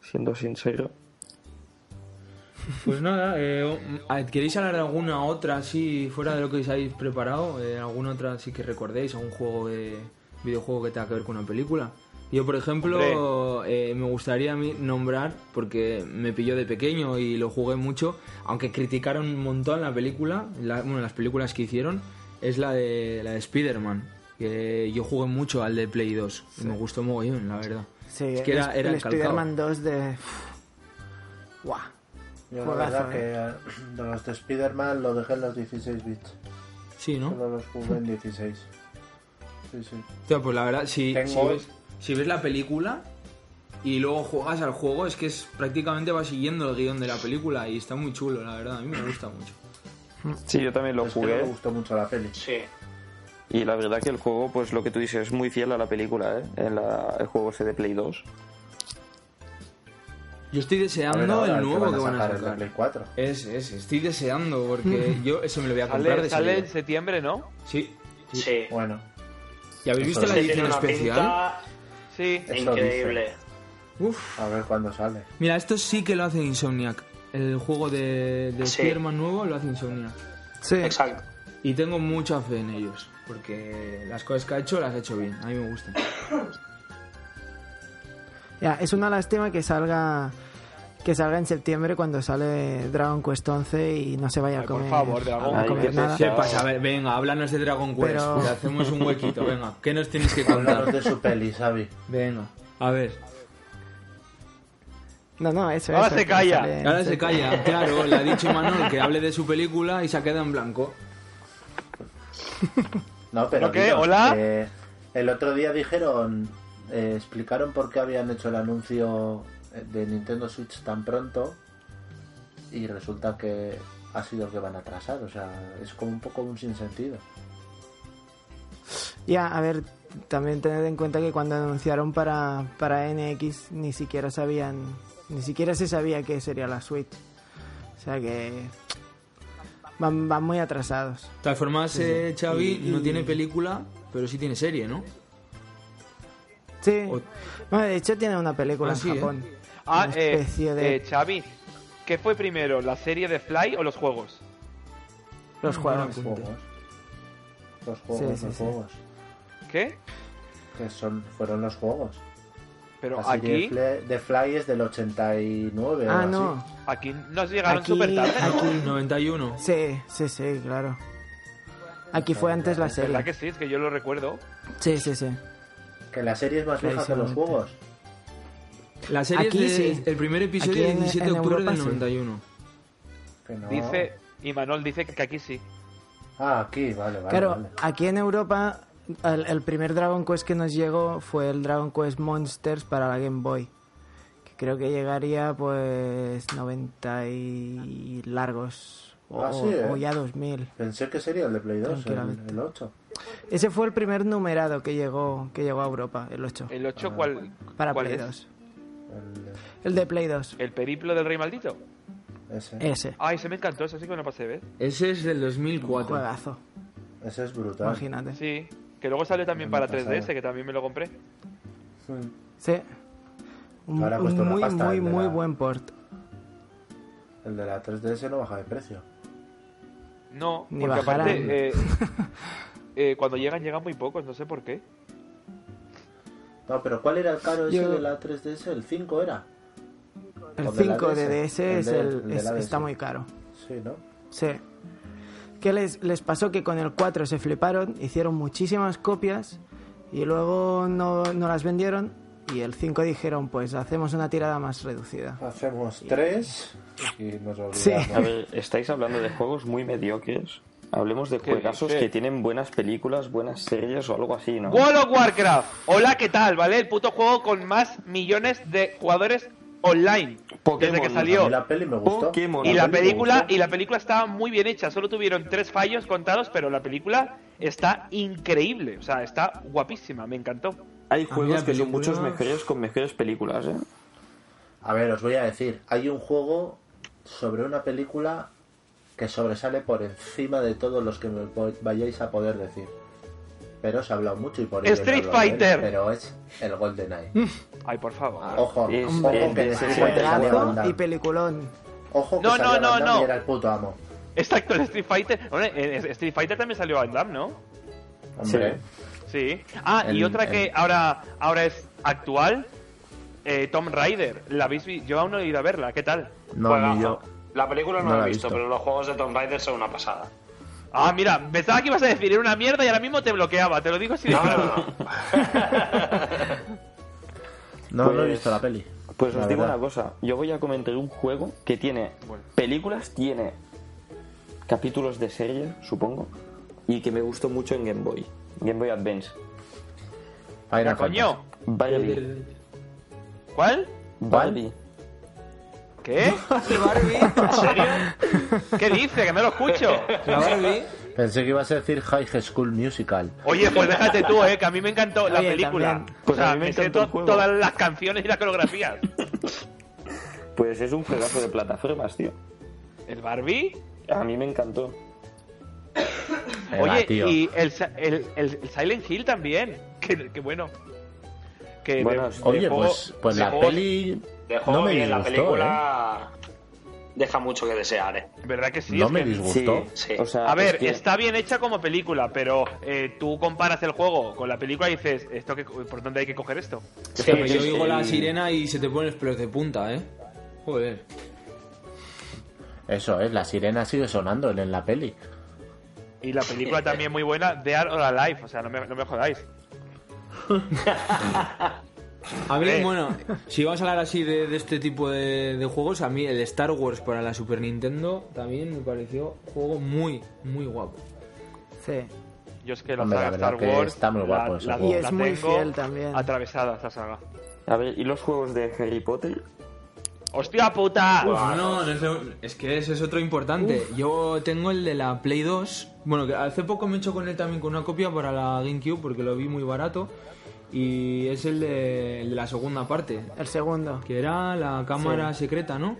S5: Siendo sincero.
S1: Pues nada, eh, ¿queréis hablar de alguna otra así fuera de lo que os habéis preparado? Eh, ¿Alguna otra así que recordéis? ¿Algún juego de videojuego que tenga que ver con una película? Yo, por ejemplo, eh, me gustaría a mí nombrar, porque me pilló de pequeño y lo jugué mucho, aunque criticaron un montón la película, la- bueno, las películas que hicieron, es la de, la de Spider-Man, que yo jugué mucho al de Play 2, y me gustó mogollón, la verdad.
S3: Sí,
S1: es que
S3: el-
S1: era, era
S3: el
S1: calcao.
S3: Spider-Man 2 de... ¡Guau!
S2: Yo la
S3: Juegazo,
S2: verdad que eh, de los de Spider-Man lo dejé en los 16 bits.
S1: Sí, ¿no?
S2: Solo los jugué en 16. Sí, sí.
S1: Hostia, pues la verdad, si,
S2: Tengo-
S1: si ves, si ves la película y luego juegas al juego, es que es prácticamente va siguiendo el guión de la película y está muy chulo, la verdad, a mí me gusta mucho.
S5: Sí, yo también lo
S2: Es que este no me
S5: jugué.
S2: gustó mucho la peli.
S6: Sí.
S5: Y la verdad que el juego, pues lo que tú dices, es muy fiel a la película, ¿eh? En la, el juego ese de Play 2.
S1: Yo estoy
S2: A ver
S1: deseando
S2: ahora
S1: Ah, el nuevo que van a
S2: el de
S1: sacar.
S2: Play 4.
S1: Es, es, estoy deseando porque yo eso me lo voy a comprar
S4: Sale,
S1: de
S4: sale en
S1: salida.
S4: septiembre, ¿no?
S1: Sí.
S6: Sí.
S2: Bueno,
S1: ¿Y habéis
S2: Eso
S1: visto la
S6: Este tiene
S1: edición
S6: una
S1: especial?
S6: pinta
S4: Sí.
S2: Eso
S6: increíble.
S1: Uf.
S2: a ver cuándo sale.
S1: Mira, esto sí que lo hace Insomniac. El juego de, de
S6: Sí.
S1: Spider-Man nuevo lo hace Insomniac.
S3: Sí,
S6: Exacto.
S1: Y tengo mucha fe en ellos, porque las cosas que ha hecho las ha hecho bien, a mí me gustan.
S3: Ya, es una lástima que salga que salga en septiembre cuando sale Dragon Quest 11 y no se vaya a
S4: Ay, por
S3: comer,
S4: favor, Dragon
S3: a
S5: Quest.
S3: comer
S5: Ay, qué
S3: nada.
S1: ¿Qué pasa? A ver, venga, háblanos de Dragon Quest.
S3: Pero-
S1: Le hacemos un huequito, venga. ¿Qué nos tienes que
S2: Hablaros
S1: contar?
S2: de su peli, Xavi.
S1: Venga, a ver.
S3: No, no, eso
S4: Ahora
S3: eso,
S4: se
S3: que
S4: calla.
S3: sale en
S1: Ahora se
S3: septiembre.
S1: calla, claro. Le ha dicho Manuel que hable de su película y se ha quedado en blanco.
S2: No, pero
S4: ¿Lo qué?
S2: digo,
S4: ¿Hola?
S2: eh, el otro día dijeron, eh, explicaron por qué habían hecho el anuncio de Nintendo Switch tan pronto y resulta que ha sido el que van a atrasar, o sea, es como un poco un sinsentido.
S3: Ya, a ver, también tened en cuenta que cuando anunciaron para, para NX ni siquiera sabían, ni siquiera se sabía que sería la Switch. O sea que van, van muy atrasados.
S1: De todas formas, eh, Xavi
S3: Y- y-
S1: no tiene película, pero sí tiene serie, ¿no?
S3: Sí.
S1: O-
S3: Bueno, de hecho tiene una película
S1: Ah, sí, ¿eh?
S3: en Japón.
S4: Ah,
S3: Una
S4: eh,
S3: especie de-
S4: eh, Xavi, ¿qué fue primero, la serie de Fly o los juegos?
S1: Ah,
S3: Los juegos.
S2: Los
S1: pues,
S2: juegos. Los juegos,
S3: Ah, Sí, sí,
S2: los
S3: sí.
S2: juegos.
S4: ¿Qué?
S2: Que son, fueron los juegos.
S4: Pero
S2: Así
S4: aquí,
S2: que Fle- The Fly es del 89 o
S3: Ah,
S2: así.
S3: no.
S4: aquí nos llegaron
S3: Aquí-
S4: súper tarde, ¿no?
S3: aquí-
S1: 91.
S3: Sí, sí, sí, claro. Aquí fue antes la
S4: ¿Verdad
S3: serie.
S4: que sí? Es que yo lo recuerdo.
S3: Sí, sí, sí.
S2: Que la serie es más vieja que los
S3: Clarísimamente.
S2: juegos.
S1: La serie
S3: Aquí
S1: es de-
S3: sí.
S1: el primer
S3: Aquí
S1: episodio
S3: en-
S1: del 17 de
S3: en
S1: octubre
S3: Europa
S1: del
S3: sí.
S1: 91.
S2: Que no.
S4: Dice, y Manuel dice que aquí sí.
S2: Ah, aquí, vale, vale.
S3: claro,
S2: vale.
S3: aquí en Europa el, el primer Dragon Quest que nos llegó fue el Dragon Quest Monsters para la Game Boy. Que creo que llegaría pues 90 y largos. O,
S2: Ah, sí, ¿eh?
S3: o ya 2000.
S2: Pensé que sería el de Play 2, el,
S3: Tranquilamente.
S2: el 8.
S3: Ese fue el primer numerado que llegó que llegó a Europa, el 8.
S4: ¿El 8 cuál,
S3: para
S4: cuál
S3: Play
S4: es?
S3: 2.
S2: El,
S3: El de Play 2.
S4: ¿El periplo del rey maldito?
S2: ese.
S3: Ese.
S4: Ay, se me encantó, eso sí que me lo pasé, ¿ves?
S2: ¿Eh?
S1: Ese es del 2004.
S3: Juegazo,
S2: Ese es brutal.
S3: imagínate. Sí.
S4: Sí. Que luego salió también
S2: Me lo
S4: para
S2: he pasado.
S4: 3DS, que también me lo compré.
S2: Mm.
S3: Un,
S2: Ahora cuesta
S3: un
S2: una
S3: muy,
S2: pasta
S3: muy,
S2: el de
S3: muy
S2: la-
S3: buen port.
S2: El de la 3DS no baja de precio.
S4: No,
S3: Ni
S4: porque
S3: bajarán.
S4: aparte, eh,
S2: [LAUGHS]
S4: eh, cuando llegan, llegan muy pocos, no sé por qué.
S2: No, pero ¿cuál era el caro ese
S3: Yo-
S2: de la 3DS? ¿El 5 era?
S3: El
S2: O de la
S3: 5 de DS
S2: DS,
S3: es
S2: el de-
S3: el-
S2: el de
S3: es-
S2: la
S3: está
S2: DS.
S3: muy caro.
S2: Sí, ¿no?
S3: Sí. ¿Qué les, les pasó? Que con el 4 se fliparon, hicieron muchísimas copias y luego no, no las vendieron. Y el 5 dijeron, pues hacemos una tirada más reducida.
S2: Hacemos 3 y nos olvidamos.
S3: Sí.
S5: A ver, estáis hablando de juegos muy mediocres. Hablemos de
S4: ¿Qué
S5: juegazos
S4: dices?
S5: que tienen buenas películas, buenas series o algo así, ¿no?
S4: World of Warcraft. Hola, ¿qué tal? ¿Vale? El puto juego con más millones de jugadores online
S5: Pokémon,
S4: desde que
S2: A
S4: salió.
S2: mí la peli me gustó.
S5: Pokémon.
S4: Y la
S5: ¿no?
S4: película y la película estaba muy bien hecha, solo tuvieron tres fallos contados, pero la película está increíble, o sea, está guapísima, me encantó.
S5: Hay
S1: la
S5: juegos que son
S1: película-
S5: muchos mejores con mejores películas, ¿eh?
S2: A ver, os voy a decir. Hay un juego sobre una película que sobresale por encima de todos los que me po- vayáis a poder decir. pero se ha hablado mucho y por
S4: Street
S2: no hablo de él,
S4: Fighter. Ah,
S2: pero es el GoldenEye.
S4: Ay, por favor.
S5: Ah,
S2: Ojo,
S5: Sí,
S2: ojo
S5: sí,
S2: que
S5: sí,
S2: decir
S5: sí,
S2: que
S5: sí,
S2: salía
S3: Juegazo
S2: Van Damme.
S3: y peliculón.
S2: Ojo que
S4: No,
S2: salía
S4: no, no,
S2: Van Damme
S4: no.
S2: y era el puto amo.
S4: Exacto, el Street Fighter. Hombre, en Street Fighter también salió Van Damme, ¿no?
S2: Hombre,
S4: Sí. Ah, y
S2: El-
S4: otra que
S2: el-
S4: ahora, ahora es actual. Eh, Tom Rider. ¿La habéis vi- Yo aún no he ido a verla. ¿Qué tal?
S2: no,
S6: Juegazo.
S2: ni yo.
S6: La película no,
S2: No
S6: la
S2: la
S6: he
S2: he
S6: visto,
S2: visto.
S6: pero los juegos de Tomb Raider son una pasada.
S4: Ah, mira, pensaba que ibas a decir, era una mierda y ahora mismo te bloqueaba. Te lo digo sin
S6: No, no, no.
S2: No, no he
S5: Pues-
S2: visto la peli.
S5: Pues
S2: la
S5: os digo
S2: verdad.
S5: una cosa, yo voy a comentar un juego que tiene películas, tiene capítulos de serie, supongo, y que me gustó mucho en Game Boy, Game Boy Advance.
S2: Final
S4: Coño,
S5: Barbie.
S4: ¿cuál?
S5: Barbie. [LAUGHS]
S4: ¿Qué?
S1: Barbie,
S6: ¿En serio?
S4: ¿Qué dice? Que no lo escucho.
S1: la Barbie.
S2: Fantasy. Pensé que ibas a decir High School Musical.
S4: Oye, pues déjate tú, eh, que a mí me encantó la
S3: Oye,
S4: película.
S3: también.
S5: Pues
S4: o sea,
S5: a mí me
S4: me sé
S5: encantó el
S4: to-
S5: juego.
S4: todas las canciones y las coreografías.
S5: Pues es un juegazo de plataformas, tío.
S4: ¿El Barbie?
S5: A mí me encantó.
S2: Eh,
S4: Oye,
S2: va, tío.
S4: y el, Sa- el- el- el Silent Hill también. [LAUGHS] Que, que bueno. Que de-
S5: Bueno,
S4: de
S2: Oye,
S4: juego-
S2: pues, pues
S4: de
S2: la
S4: juegos-
S2: peli
S6: Dejó
S2: no me
S6: bien, la
S2: disgustó, ¿eh?
S6: película deja mucho que desear, eh.
S4: ¿Verdad que sí?
S2: no
S4: Es
S2: me
S4: que-
S2: disgustó.
S6: Sí.
S5: O sea,
S4: A ver,
S5: es que-
S4: está bien hecha como película, pero eh, tú comparas el juego con la película y dices, ¿esto que, ¿por dónde hay que coger esto?
S6: Sí,
S1: Pero yo
S6: sí,
S1: oigo
S6: sí.
S1: la sirena y se te ponen los pelos de punta, ¿eh? Joder.
S2: Eso es, la sirena sigue sonando en, en la peli.
S4: Y
S2: [LAUGHS]
S4: la película también muy buena, de Art or Alive, o sea, no me, no me jodáis.
S1: A mí,
S4: Eh.
S1: bueno, si vas a hablar así de, de este tipo de, de juegos, a mí el Star Wars para la Super Nintendo también me pareció un juego muy, muy guapo.
S3: Sí.
S4: Yo es que la
S2: Hombre,
S4: saga
S2: la verdad
S4: Star
S2: que
S4: Wars
S2: está muy guapo ese
S4: la,
S2: juego.
S4: la
S3: Y es muy
S4: tengo
S3: fiel también.
S4: Atravesada esta saga.
S5: A ver, ¿y los juegos de Harry Potter?
S4: ¡Hostia puta!
S1: Uf, no, no es, lo- es que ese es otro importante. Yo tengo el de la Play 2. Bueno, que hace poco me he hecho con él también con una copia para la GameCube porque lo vi muy barato. Y es el de, el de la segunda parte,
S3: El segundo.
S1: que era la cámara secreta, ¿no?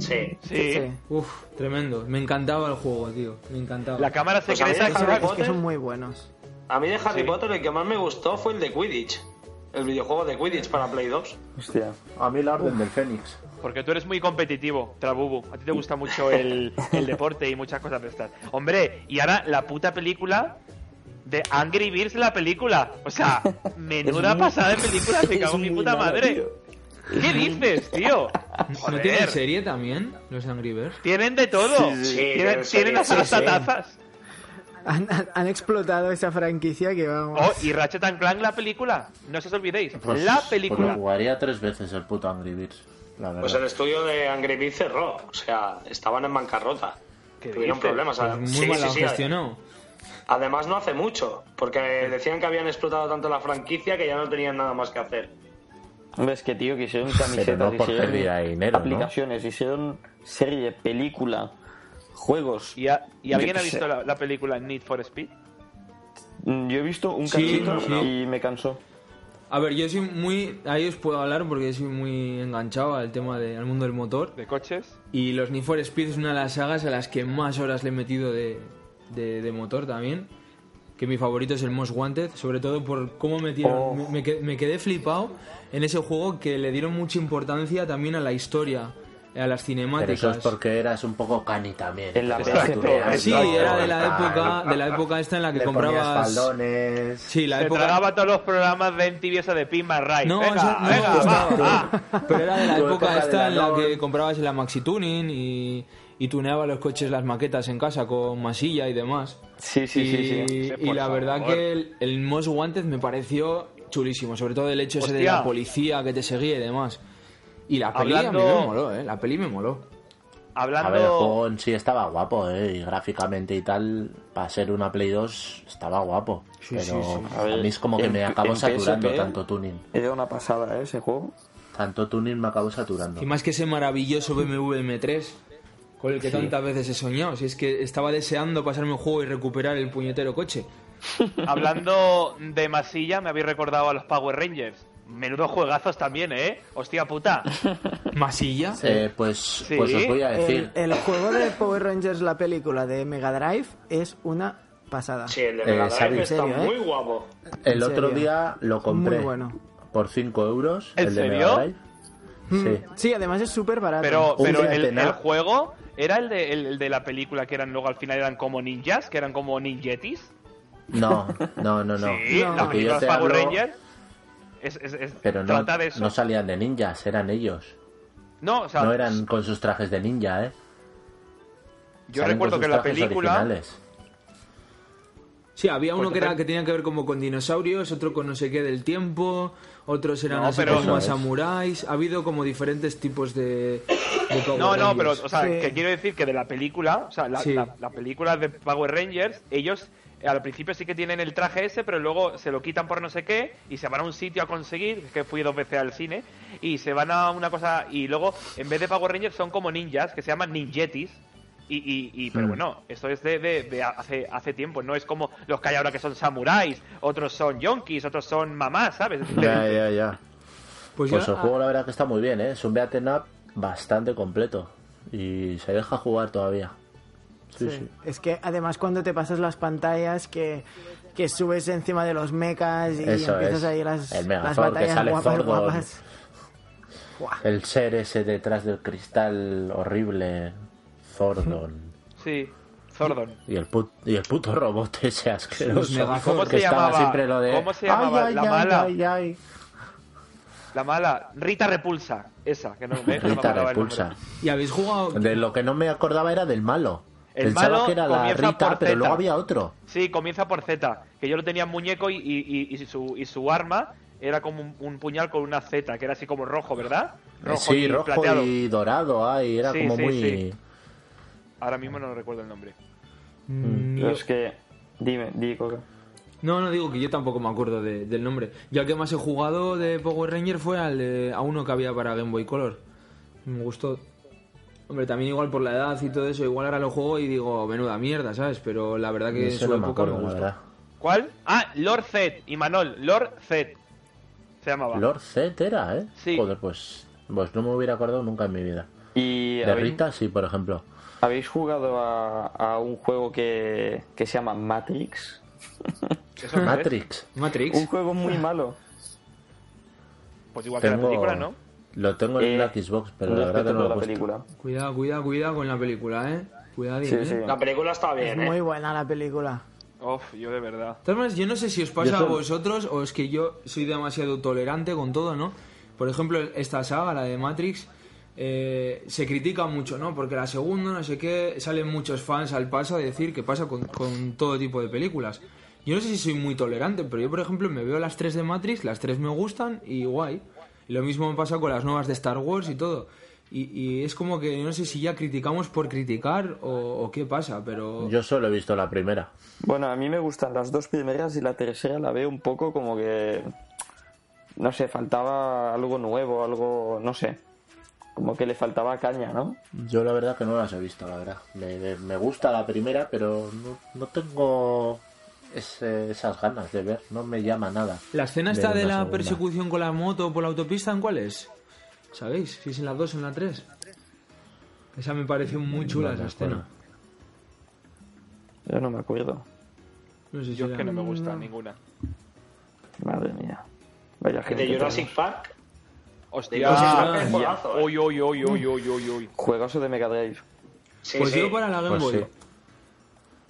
S6: Sí.
S4: sí.
S3: Sí.
S1: Uf, tremendo. Me encantaba el juego, tío. Me encantaba.
S4: La cámara
S6: Pues a mí
S4: secreta
S6: me
S4: que
S6: Harry
S3: Es,
S4: va-
S3: que
S6: Potter.
S3: son muy buenos.
S6: A mí de Harry
S4: Sí.
S6: Potter el que más me gustó fue el de Quidditch. El videojuego de Quidditch para Play 2.
S5: Hostia.
S2: A mí la Orden del Fénix.
S4: Porque tú eres muy competitivo, Trabubu. A ti te gusta mucho el,
S5: [LAUGHS]
S4: el deporte y muchas cosas de estas. Hombre, y ahora la puta película de Angry Birds, la película. O
S5: [LAUGHS]
S4: sea, menuda
S5: Es muy-
S4: pasada de película, te
S5: [LAUGHS] Es
S4: cago en mi
S5: muy
S4: puta
S5: mala,
S4: madre.
S5: tío.
S4: ¿Qué dices,
S5: [LAUGHS]
S4: tío?
S1: ¿No tiene
S4: Joder.
S1: serie también los Angry Birds?
S4: Tienen de todo.
S6: sí. Sí,
S4: tienen
S6: tienen
S4: tienen
S6: serie,
S4: hasta
S6: sí, sí.
S4: tazas.
S3: Han, han- han explotado esa franquicia que vamos.
S4: Oh, y Ratchet and Clank, la película. No se os olvidéis. la
S2: Pues
S4: película.
S2: lo jugaría tres veces el puto Angry Birds. La verdad.
S6: Pues el estudio de Angry Birds cerró. O sea, estaban en bancarrota.
S4: ¿Qué
S6: Tuvieron
S4: dices?
S6: problemas.
S1: Pues muy mal la gestionó.
S6: Además, no hace mucho. Porque decían que habían explotado tanto la franquicia que ya no tenían nada más que hacer.
S5: Hombre, es que tío, que hicieron camisetas,
S2: no por
S5: hicieron
S2: pérdida de dinero, ¿no?
S5: aplicaciones, hicieron serie, película, juegos.
S4: ¿Y, a- y
S5: Yo
S4: alguien
S5: qué
S4: ha visto
S5: sé.
S4: la, la película Need for Speed?
S5: Mm, Yo he visto un
S1: Sí,
S5: cachito
S1: sí.
S5: y me cansó.
S1: A ver, yo soy muy... Ahí os puedo hablar porque soy muy enganchado al tema del mundo del motor.
S4: ¿De coches?
S1: Y los Need for Speed es una de las sagas a las que más horas le he metido de, de- de motor también. Que mi favorito es el Most Wanted, sobre todo por cómo metieron.
S5: Oh.
S1: Me, me que- me quedé flipado en ese juego que le dieron mucha importancia también a la historia, a las
S2: Pero
S1: cinemáticas.
S2: eso es porque eras un poco cani también.
S5: En la
S2: Pues
S5: Exacto.
S2: tú tenías
S1: Sí,
S2: todo,
S1: era de la
S2: tal,
S1: época, de la época esta en la que
S2: Le ponías
S1: comprabas.
S2: faldones.
S1: Sí, la
S4: Se
S1: época.
S4: tragaba todos los programas de MTV esa de Pin My Ride.
S1: No,
S4: venga,
S1: eso no me
S4: venga, va,
S1: gustaba.
S4: va.
S1: [LAUGHS] Pero era de la
S2: Tu época
S1: época
S2: de
S1: esta
S2: la
S1: en la
S2: LOL.
S1: que comprabas la Maxi Tuning y, y tuneabas los coches, las maquetas en casa con masilla y demás.
S5: Sí, sí, sí,
S1: y,
S5: sí.
S1: y la verdad que el, el Most Wanted me pareció chulísimo, sobre todo el hecho ese de
S4: Hostia.
S1: la policía que te seguía y demás. Y la peli a mí
S4: Hablando-
S1: me moló, ¿eh? La peli me moló.
S4: Hablando...
S2: A ver, el juego en sí estaba guapo, ¿eh? Y gráficamente y tal, para ser una Play 2, estaba guapo. pero
S1: sí, sí.
S2: a,
S5: A ver,
S2: mí es como
S4: em,
S2: que
S5: en-
S2: me acabo
S5: en
S2: saturando
S5: PSP.
S2: tanto tuning.
S5: Era una pasada ¿eh? ese juego.
S2: Tanto tuning me acabo saturando.
S1: Y más que ese maravilloso BMW M3 con el que tantas veces he soñado. Si es que estaba deseando pasarme un juego y recuperar el puñetero coche.
S4: Hablando de masilla, me habéis recordado a los Power Rangers. Menudo juegazos también, ¿eh? Hostia puta.
S1: ¿Masilla?
S2: Eh, pues,
S3: eh,
S2: pues os voy a decir,
S3: El, el juego de Power Rangers, la película de Mega Drive, es una pasada.
S6: Sí, el de
S2: Eh,
S6: Mega Drive
S2: ¿sabéis?
S6: está
S3: ¿En serio, eh?
S6: muy guapo.
S2: El
S3: ¿En
S2: otro
S3: serio?
S2: día lo compré
S3: Muy bueno.
S2: por 5 euros.
S4: ¿En
S2: el de Mega
S4: serio?
S2: Drive. Sí.
S3: Mm. Sí, además es súper barato.
S4: Pero,
S2: Un
S4: pero
S2: día
S4: el,
S2: de nada.
S4: el juego era el de, el, el de la película que eran luego al final eran como ninjas, que eran como ninjetis.
S2: No, no, no, no.
S4: [LAUGHS] Sí,
S3: No.
S4: la
S2: Lo que yo
S4: película de
S2: te
S4: Power
S2: hablo-
S4: Rangers es, es- es-
S2: Pero no,
S4: trata de eso.
S2: no salían de ninjas, eran ellos.
S4: No, o sea,
S2: No eran con sus trajes de ninja, ¿eh?
S4: yo
S2: Salen con
S4: recuerdo
S2: sus
S4: que la
S2: trajes
S4: película...
S2: originales.
S1: Sí, había uno
S4: Pues
S1: que, era,
S4: entonces-
S1: que tenía que ver como con dinosaurios, otro con no sé qué del tiempo, otros eran
S4: No,
S1: así
S4: pero-
S1: como
S2: Eso es.
S1: samuráis. Ha habido como diferentes tipos de. de Power
S4: No, no, pero,
S1: Rangers.
S4: o sea,
S3: Sí.
S4: que quiero decir que de la película, o sea, la,
S1: Sí.
S4: la- la película de Power Rangers, ellos eh, al principio sí que tienen el traje ese, pero luego se lo quitan por no sé qué y se van a un sitio a conseguir, que fui dos veces al cine, y se van a una cosa, y luego en vez de Power Rangers son como ninjas, que se llaman ninjetis. Y, y, y- pero
S2: Mm.
S4: bueno, esto es de, de- de hace, hace tiempo, no es como los que hay ahora que son samuráis, otros son yonkis, otros son mamás, ¿sabes?
S2: Ya, ya, ya.
S1: Pues,
S2: Pues
S1: ya-
S2: el juego la verdad que está muy bien, ¿eh? Es un beaten up bastante completo. Y se deja jugar todavía. Sí, sí.
S3: Es que además cuando te pasas las pantallas que, que subes encima de los mechas y
S2: Eso
S3: empiezas
S2: es.
S3: ahí las,
S2: El
S3: las
S2: Megazord que
S3: batallas
S2: sale
S3: guapas,
S2: Zordon.
S3: guapas. Buah.
S2: El ser ese detrás del cristal horrible, Zordon.
S4: Sí, Zordon.
S2: Y el, put- y el puto robot ese
S1: Los
S2: asqueroso.
S1: Megazord. ¿Cómo
S2: que
S4: se
S2: estaba
S4: llamaba?
S2: siempre lo de.
S4: ¿Cómo se llamaba?
S2: Ay, ay,
S4: La
S2: ay,
S4: mala.
S2: ay, ay.
S4: La mala, Rita Repulsa, esa, que no, me- no me
S2: Rita
S4: acordaba el
S2: repulsa.
S4: nombre.
S1: ¿Y habéis jugado?
S2: De lo que no me acordaba era del malo.
S4: El
S2: Pensaba
S4: malo
S2: que era la
S4: comienza por
S2: Rita, pero
S4: Z.
S2: luego había otro.
S4: Sí, comienza por Z, que yo lo tenía en muñeco y, y- y- y su, y su arma era como un, un puñal con una Z, que era así como rojo, ¿verdad? Rojo
S2: Eh, sí,
S4: y
S2: rojo
S4: plateado.
S2: y dorado. Ay, era
S4: Sí,
S2: como
S4: sí,
S2: muy.
S4: sí. Ahora mismo no recuerdo el nombre.
S1: Mm,
S5: Yo es que... Dime, di, Coca.
S1: No, no digo que yo tampoco me acuerdo de- del nombre. Ya que más he jugado de Power Ranger fue al de- a uno que había para Game Boy Color. Me gustó. Hombre, también igual por la edad y todo eso, igual ahora lo juego y digo, menuda mierda, ¿sabes? Pero la verdad que en
S2: Eso
S1: su
S2: no me
S1: época
S2: acuerdo,
S1: me
S2: la
S1: gustó.
S2: verdad.
S4: ¿Cuál? Ah, Lord Z, Imanol, Lord Z. Se llamaba.
S2: Lord Z era, ¿eh?
S4: Sí.
S2: Joder, pues, pues no me hubiera acordado nunca en mi vida.
S5: Y
S2: De
S5: habéis,
S2: Rita, sí, por ejemplo.
S5: habéis jugado a, a un juego que, que se llama Matrix.
S4: ¿Eso qué es?
S2: Matrix.
S1: Matrix.
S5: Un juego muy malo.
S4: Pues igual que la
S2: Tengo...
S4: película, ¿no?
S2: Lo tengo en
S5: Eh,
S2: la Xbox, [LAUGHS] pero
S5: No
S2: la verdad que
S5: respeto
S2: no lo he
S5: la
S2: puesto.
S5: película.
S1: Cuidado, cuidado, cuidado con la película, ¿eh? Cuidado,
S5: Sí, sí.
S6: La película está
S3: Es
S6: bien, ¿eh?
S3: muy buena la película.
S4: Uf, yo de verdad.
S1: De todas maneras, yo no sé si os pasa
S2: Yo
S1: a
S2: solo-
S1: vosotros o es que yo soy demasiado tolerante con todo, ¿no? Por ejemplo, esta saga, la de Matrix, eh, se critica mucho, ¿no? Porque la segunda, no sé qué, salen muchos fans al paso a decir que pasa con, con todo tipo de películas. Yo no sé si soy muy tolerante, pero yo, por ejemplo, me veo las tres de Matrix, las tres me gustan y guay. Y lo mismo me pasa con las nuevas de Star Wars y todo. Y, y es como que no sé si ya criticamos por criticar o, o qué pasa, pero...
S2: Yo solo he visto la primera.
S5: Bueno, a mí me gustan las dos primeras y la tercera la veo un poco como que. No sé, faltaba algo nuevo, algo. No sé. Como que le faltaba caña, ¿no?
S2: Yo la verdad que no las he visto, la verdad. Me, me- me gusta la primera, pero no, no tengo ese- esas ganas de ver. No me llama nada.
S1: La escena
S2: ver
S1: está de
S2: una
S1: la
S2: segunda.
S1: persecución con la moto por la autopista, ¿en cuál es? ¿Sabéis? Si es en la 2 o en la 3. Esa me pareció muy chula
S2: No
S1: esa
S2: me
S1: escena.
S2: acuerdo.
S5: Yo no me acuerdo.
S1: No sé si
S4: Yo es
S1: era-
S4: que no me gusta ninguna.
S5: Madre mía. Vaya gente.
S6: De Jurassic
S5: tenemos.
S6: Park.
S4: Hostia. Ah,
S6: Jurassic
S1: Park
S6: es juegazo, eh.
S4: Uy, uy, uy, uy, uy, uy, uy.
S5: Juegazo de Mega Drive.
S6: Sí,
S1: Pues
S6: sí.
S1: yo para la Game
S2: Pues
S1: Boy.
S2: sí.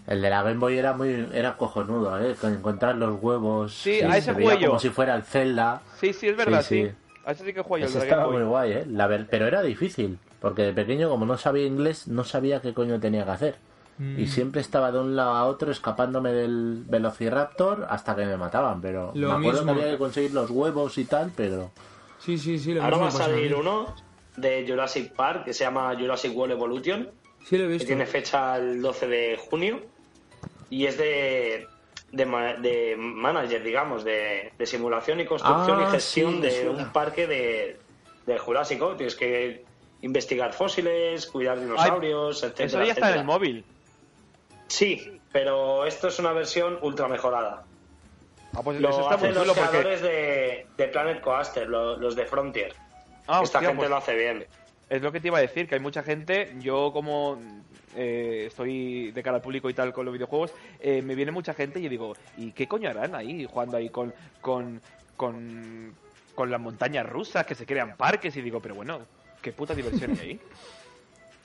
S2: El de la Game Boy era muy era cojonudo, ¿eh? Con encontrar los huevos.
S4: Sí,
S2: y
S4: a
S2: se
S4: ese
S2: veía
S4: cuello.
S2: Como si fuera el Zelda.
S4: Sí, sí, es verdad,
S2: Sí,
S4: sí.
S2: sí.
S4: A ese sí que juego yo, el
S2: Ese
S4: de la
S2: estaba
S4: Game Boy.
S2: muy guay, ¿eh? La ver- Pero era difícil, porque de pequeño, como no sabía inglés, no sabía qué coño tenía que hacer.
S4: Mm.
S2: Y siempre estaba de un lado a otro escapándome del Velociraptor hasta que me mataban, pero
S1: Lo
S2: me acuerdo
S1: mismo.
S2: que había que conseguir los huevos y tal, pero
S1: Sí, sí, sí, lo
S6: Ahora
S1: mismo
S6: va a
S1: pasa a mí.
S6: salir uno de Jurassic Park que se llama Jurassic World Evolution,
S1: Sí, lo he
S6: que
S1: visto.
S6: tiene fecha el 12 de junio y es de, de, ma- de manager, digamos, de, de simulación y construcción
S2: Ah,
S6: y gestión
S2: sí, me
S6: de
S2: suena.
S6: un parque de, del Jurásico. Tienes que investigar fósiles, cuidar dinosaurios, etcétera.
S4: Eso ya está en
S6: etcétera.
S4: el móvil.
S6: Sí, pero esto es una versión ultra mejorada.
S4: Ah, pues
S6: Lo
S4: eso está muy
S6: hacen los
S4: chulo porque...
S6: creadores de, de Planet Coaster, lo- los de Frontier.
S4: Ah,
S6: Esta
S4: hostia,
S6: gente
S4: pues-
S6: lo hace bien.
S4: Es lo que te iba a decir, que hay mucha gente, yo como eh, estoy de cara al público y tal con los videojuegos, eh, me viene mucha gente y yo digo, ¿y qué coño harán ahí jugando ahí con, con, con, con las montañas rusas que se crean parques? Y digo, pero bueno, ¿qué puta diversión hay ahí?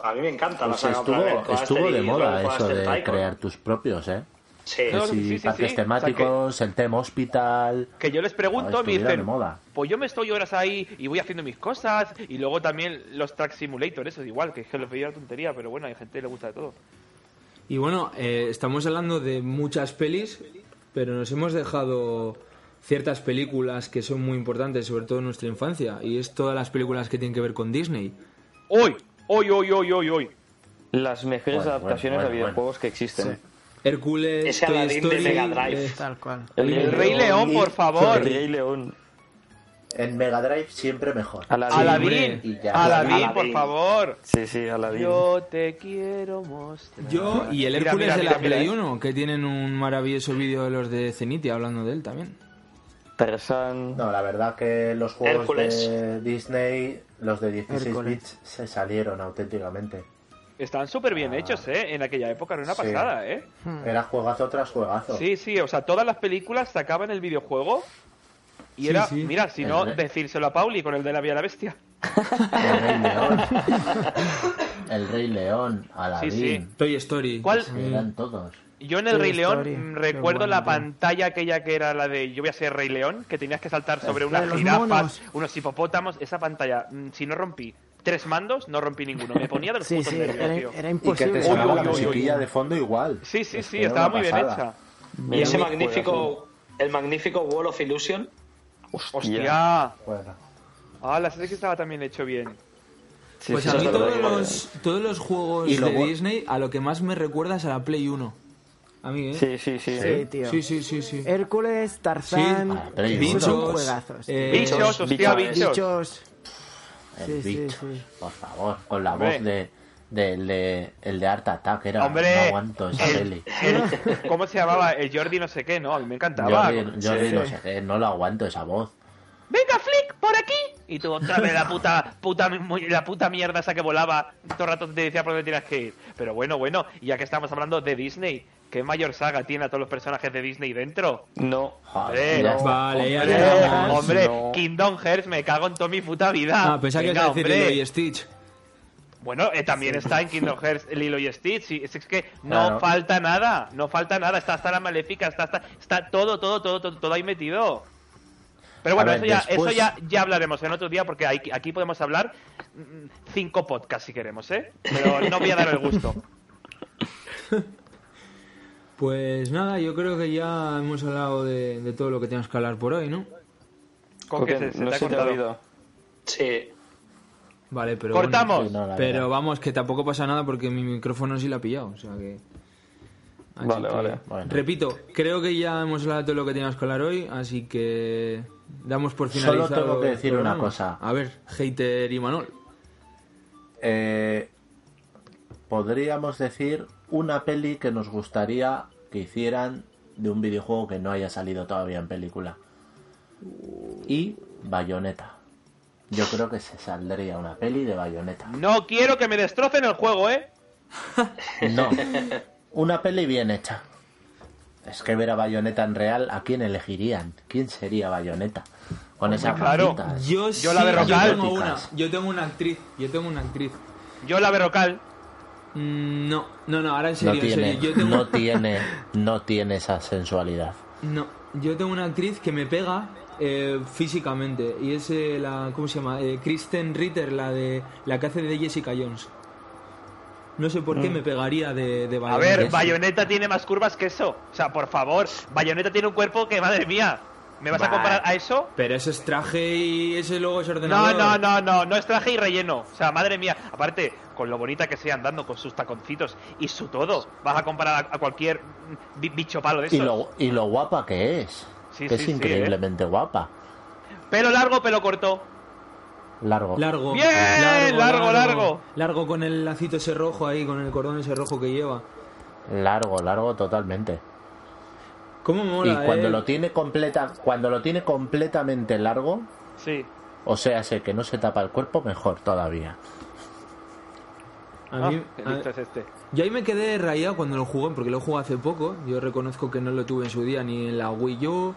S6: A mí me encanta
S2: Pues
S6: la saga Planet
S2: estuvo,
S6: Coaster
S2: estuvo
S6: y
S2: de
S6: luego
S2: moda eso
S6: Coaster
S2: de
S6: Tycoon.
S2: crear tus propios, ¿eh?
S6: Sí.
S2: Que
S4: No,
S2: si
S4: sí, sí, sí.
S2: parques
S4: O sea,
S2: temáticos, el tema hospital.
S4: [LAUGHS] Que yo les pregunto,
S2: Ah,
S4: me
S2: estuvieron
S4: dicen,
S2: de moda.
S4: pues yo me estoy horas ahí y voy haciendo mis cosas. Y luego también los Track Simulator, eso es igual, que es que los veía una tontería, pero bueno, hay gente que le gusta de todo.
S1: Y bueno, eh, estamos hablando de muchas pelis, pero nos hemos dejado ciertas películas que son muy importantes, sobre todo en nuestra infancia, y es todas las películas que tienen que ver con Disney.
S4: Hoy, hoy, hoy, hoy, hoy, hoy.
S5: Las mejores
S2: Bueno,
S5: adaptaciones
S2: bueno,
S5: a
S2: bueno,
S5: videojuegos que existen.
S1: Hércules,
S6: Ese
S1: Toy
S6: Aladdin de
S1: Story,
S6: Mega Drive.
S1: eh,
S3: Tal cual.
S4: El Rey León, por favor.
S5: El Rey León.
S2: En Mega Drive siempre mejor.
S5: Aladdin.
S4: Aladín,
S2: y ya.
S4: Aladín,
S6: Aladín.
S4: por favor.
S5: Sí, sí, Aladdin.
S4: Yo te quiero mostrar.
S1: yo y el
S4: Mira,
S1: Hércules
S4: mira,
S1: de
S4: mira,
S1: la Play
S4: mira, eh.
S1: 1, que tienen un maravilloso vídeo de los de Cenitia hablando de él también.
S5: Tarzán.
S2: No, la verdad que los juegos
S6: Hércules.
S2: de Disney, los de 16
S3: Hércules.
S2: bits, se salieron auténticamente.
S4: Están súper bien hechos, ¿eh? En aquella época era una
S2: Ah. Sí. Oh.
S4: pasada, ¿eh?
S2: Era juegazo tras juegazo.
S4: Sí, sí, o sea, todas las películas sacaban el videojuego y
S1: Sí,
S4: era,
S1: sí.
S4: mira, si no,
S2: Ajá.
S4: decírselo a Pauli con el de la Vía de la Bestia.
S2: El Rey León.
S4: [LAUGHS]
S2: El Rey León, Aladdin.
S4: sí.
S1: Toy Story.
S4: ¿Cuál?
S2: Eran todos.
S4: Yo en el
S3: Toy
S4: Rey León
S3: Story,
S4: mm,
S3: qué
S4: recuerdo
S3: bueno,
S4: la
S3: tío.
S4: pantalla aquella que era la de Yo voy a ser Rey León, que tenías que saltar sobre
S3: La de
S4: unas
S3: los
S4: jirafas,
S3: monos.
S4: unos hipopótamos. Esa pantalla, mm, si no rompí tres mandos, no rompí ninguno. Me ponía de los
S3: Sí,
S4: putos
S3: sí,
S4: nervios,
S3: era,
S4: tío.
S3: era
S2: Y que
S3: imposible.
S2: te
S4: Uy,
S2: sonaba
S4: uy,
S2: la
S4: uy, uy.
S2: musiquilla de fondo igual.
S4: Sí, sí,
S2: Es
S4: sí,
S2: que era
S4: estaba
S2: una
S4: muy bien
S2: pasada.
S4: hecha.
S5: Menudo
S6: Y ese
S5: juegazo.
S6: magnífico, el magnífico Wall of Illusion.
S5: Hostia.
S4: Hostia.
S2: Bueno.
S4: Ah, la serie que estaba también hecho bien.
S5: Sí,
S1: Pues
S5: sí,
S1: a mí
S5: la verdad
S1: todos
S5: que-
S1: los, todos los juegos
S2: Y lo
S1: de
S2: bu-
S1: Disney, a lo que más me recuerda es a la Play 1. A mí, ¿eh?
S5: Sí, sí, sí.
S3: Sí, tío. Eh,
S1: sí, sí, sí. sí.
S3: Hércules,
S2: Ah,
S3: Tarzán,
S2: pero hay
S3: son
S2: uno.
S1: Bichos,
S3: juegazos. tío.
S1: eh,
S4: Bichos,
S5: bichos,
S4: hostia,
S5: bichos.
S4: bichos.
S3: Bichos.
S2: El
S3: Sí, sí,
S2: bicho,
S3: sí.
S2: por favor, con la
S4: Hombre.
S2: voz de, de- de- el de Art Attack, era
S4: Hombre.
S2: no aguanto esa
S4: El-
S2: peli.
S4: el- ¿Cómo se llamaba? El Jordi no sé qué, ¿no? A mí me encantaba.
S2: Jordi, Jordi no sé qué, no lo aguanto esa voz.
S4: ¡Venga, Flick, por aquí! Y tú otra vez la puta, puta, mu- la puta mierda esa que volaba. Todo el rato te decía por dónde tienes que ir. Pero bueno, bueno, y ya que estamos hablando de Disney, ¿qué mayor saga tiene a todos los personajes de Disney dentro?
S5: No.
S2: Joder, ya
S4: Hombre, no.
S2: está.
S1: Vale, ya
S4: Hombre,
S1: le damos.
S4: hombre,
S5: no.
S4: Kingdom Hearts, me cago en toda mi puta vida.
S1: Ah, pensaba que
S4: Venga,
S1: ibas a decir
S4: hombre.
S1: Lilo y Stitch.
S4: Bueno, eh, también está en Kingdom Hearts Lilo y Stitch. y es, es que no
S2: Claro.
S4: falta nada, no falta nada. Está hasta la maléfica, está, está, está todo, todo, todo, todo, todo ahí metido. Pero bueno,
S2: A ver,
S4: eso, ya,
S2: después-
S4: eso ya, ya hablaremos en otro día porque hay- aquí podemos hablar mm, cinco podcasts si queremos, ¿eh? Pero no voy a dar el gusto.
S1: Pues nada, yo creo que ya hemos hablado de, de todo lo que tenemos que hablar por hoy, ¿no?
S4: Con que
S5: Porque
S4: se, se
S5: no
S4: te ha
S5: se te ha
S4: cortado.
S5: oído.
S6: Sí.
S1: Vale, pero bueno.
S4: Cortamos.
S2: Sí, no, la
S1: pero
S2: verdad.
S1: vamos, que tampoco pasa nada porque mi micrófono sí la ha pillado, o sea que... Así
S5: Vale,
S1: que-
S5: vale.
S2: Bueno.
S1: Repito, creo que ya hemos hablado de todo lo que teníamos que hablar hoy, así que damos por
S2: Solo
S1: finalizado...
S2: tengo que
S1: el
S2: decir una
S1: programa.
S2: cosa.
S1: A ver, hater y Manol.
S2: Eh, podríamos decir una peli que nos gustaría que hicieran de un videojuego que no haya salido todavía en película. Y Bayonetta. Yo creo que se saldría una peli de Bayonetta.
S4: No quiero que me destrocen el juego, ¿eh?
S2: No. Una peli bien hecha. Es que ver a Bayonetta en real, ¿a quién elegirían? ¿Quién sería Bayonetta? Con esas
S4: claro.
S2: gafitas.
S1: Yo, sí,
S4: la de Rocal.
S1: Yo tengo una,
S2: Ticas.
S1: yo tengo una actriz, yo tengo una actriz.
S4: Yo la Berrocal.
S1: Mm, No, no, no, ahora en
S2: No
S1: serio, en
S2: tiene,
S1: serio. Yo tengo,
S2: no tiene, no tiene esa sensualidad.
S1: No, yo tengo una actriz que me pega eh, físicamente y es eh, la ¿cómo se llama? Eh, Kristen Ritter, la de la que hace de Jessica Jones. No sé por qué
S2: Mm.
S1: me pegaría de, de
S4: A ver,
S1: Bayonetta.
S4: Bayonetta tiene más curvas que eso. O sea, por favor, Bayonetta tiene un cuerpo que, madre mía, ¿me vas a
S1: Bah.
S4: comparar a eso?
S1: Pero ese es traje y ese luego es
S4: No,
S1: ordenador.
S4: no, no, no, no es traje y relleno. O sea, madre mía, aparte, con lo bonita que sea andando, con sus taconcitos y su todo, vas a comparar a, a cualquier mm, bi- bicho palo de
S2: Y
S4: eso.
S2: lo, y lo guapa que es.
S4: Sí,
S2: que
S4: sí, ¿eh?
S2: es
S4: sí,
S2: increíblemente guapa.
S4: Pelo largo, pelo corto.
S2: Largo.
S1: Largo.
S4: Bien, largo, largo.
S1: Largo con el lacito ese rojo ahí, con el cordón ese rojo que lleva.
S2: Largo, largo totalmente.
S1: ¿Cómo mola?
S2: y cuando
S1: eh?
S2: lo tiene completa, cuando lo tiene completamente largo,
S4: Sí.
S2: o sea, sé que no se tapa el cuerpo, mejor todavía.
S1: A mí,
S4: qué
S1: a-
S4: listo es este.
S1: Yo ahí me quedé rayado cuando lo jugué, porque lo jugué hace poco. Yo reconozco que no lo tuve en su día ni en la Wii U,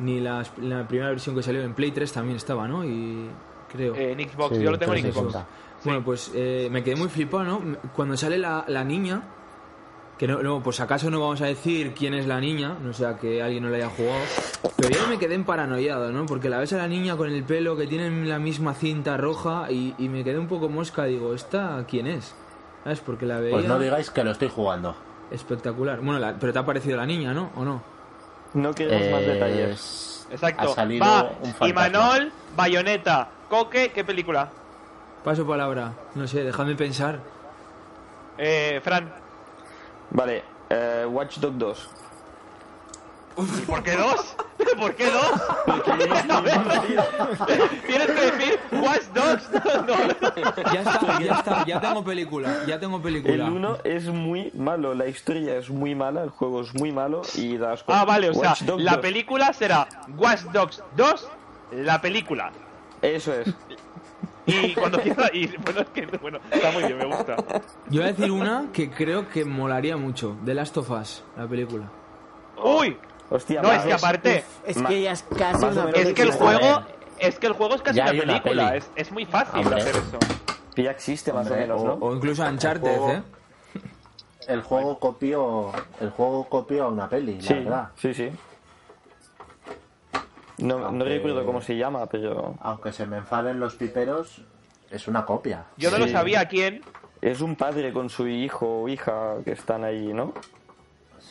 S1: ni las- la primera versión que salió en Play 3 también estaba, ¿no? Y creo.
S4: Eh, en Xbox,
S2: Sí,
S4: yo lo tengo en Xbox.
S2: 360.
S1: Bueno, pues eh, me quedé muy flipado, ¿no? Cuando sale la, la niña, que no, no, pues acaso no vamos a decir quién es la niña, no sea que alguien no la haya jugado, pero yo me quedé emparanoiado, ¿no? Porque la ves a la niña con el pelo que tiene la misma cinta roja y, y me quedé un poco mosca, digo, ¿esta quién es? ¿Sabes? Porque la veía
S2: Pues no digáis que lo estoy jugando.
S1: espectacular. Bueno, la- pero te ha parecido la niña, ¿no? ¿O no?
S5: No queremos más
S2: Eh,
S5: detalles.
S2: es-
S4: Exacto.
S2: Ha salido
S4: Va,
S2: un fantasma.
S4: y Manol, Bayonetta, Coque, ¿qué película?
S1: Paso palabra, no sé, déjame pensar.
S4: Eh, Fran,
S5: Vale, eh, Watch Dog 2.
S4: ¿y ¿por qué dos? [LAUGHS] ¿Por qué
S2: [LAUGHS]
S4: dos? Tienes que decir Watch Dogs. [LAUGHS] No.
S1: Ya está, ya está, ya tengo película, ya tengo
S5: El
S1: película.
S5: 1 es muy malo, la historia es muy mala, el juego es muy malo y las
S4: Ah, vale, o sea,
S5: Watch Dogs
S4: la
S5: 2.
S4: película será Watch Dogs 2, la película.
S5: Eso es.
S4: Y
S5: [LAUGHS]
S4: cuando quiera, y bueno, es que, bueno, está muy bien, me gusta.
S1: Yo voy a decir una que creo que molaría mucho, The Last of Us, la película.
S5: Oh.
S4: Uy,
S5: Hostia,
S4: no,
S5: va,
S4: es que aparte,
S3: Es
S5: Ma-
S3: que ya es casi
S5: más o
S3: una
S5: menos
S4: es que el
S3: película.
S4: juego, es que el juego es casi
S2: Ya
S4: una
S2: hay una
S4: película,
S2: peli.
S4: es, es muy fácil
S2: Hombre.
S4: hacer eso.
S5: ya existe más
S2: Hombre,
S5: o menos,
S2: o-
S5: ¿no?
S1: O incluso Uncharted,
S2: Ojo.
S1: ¿eh?
S2: El juego copió, el juego copió a una peli,
S5: Sí,
S2: la verdad.
S5: sí, sí. No, no
S2: Aunque-
S5: recuerdo cómo se llama, pero
S2: Aunque se me enfaden los piperos, es una copia.
S4: Yo no
S5: Sí.
S4: lo sabía quién,
S5: es un padre con su hijo o hija que están ahí, ¿no?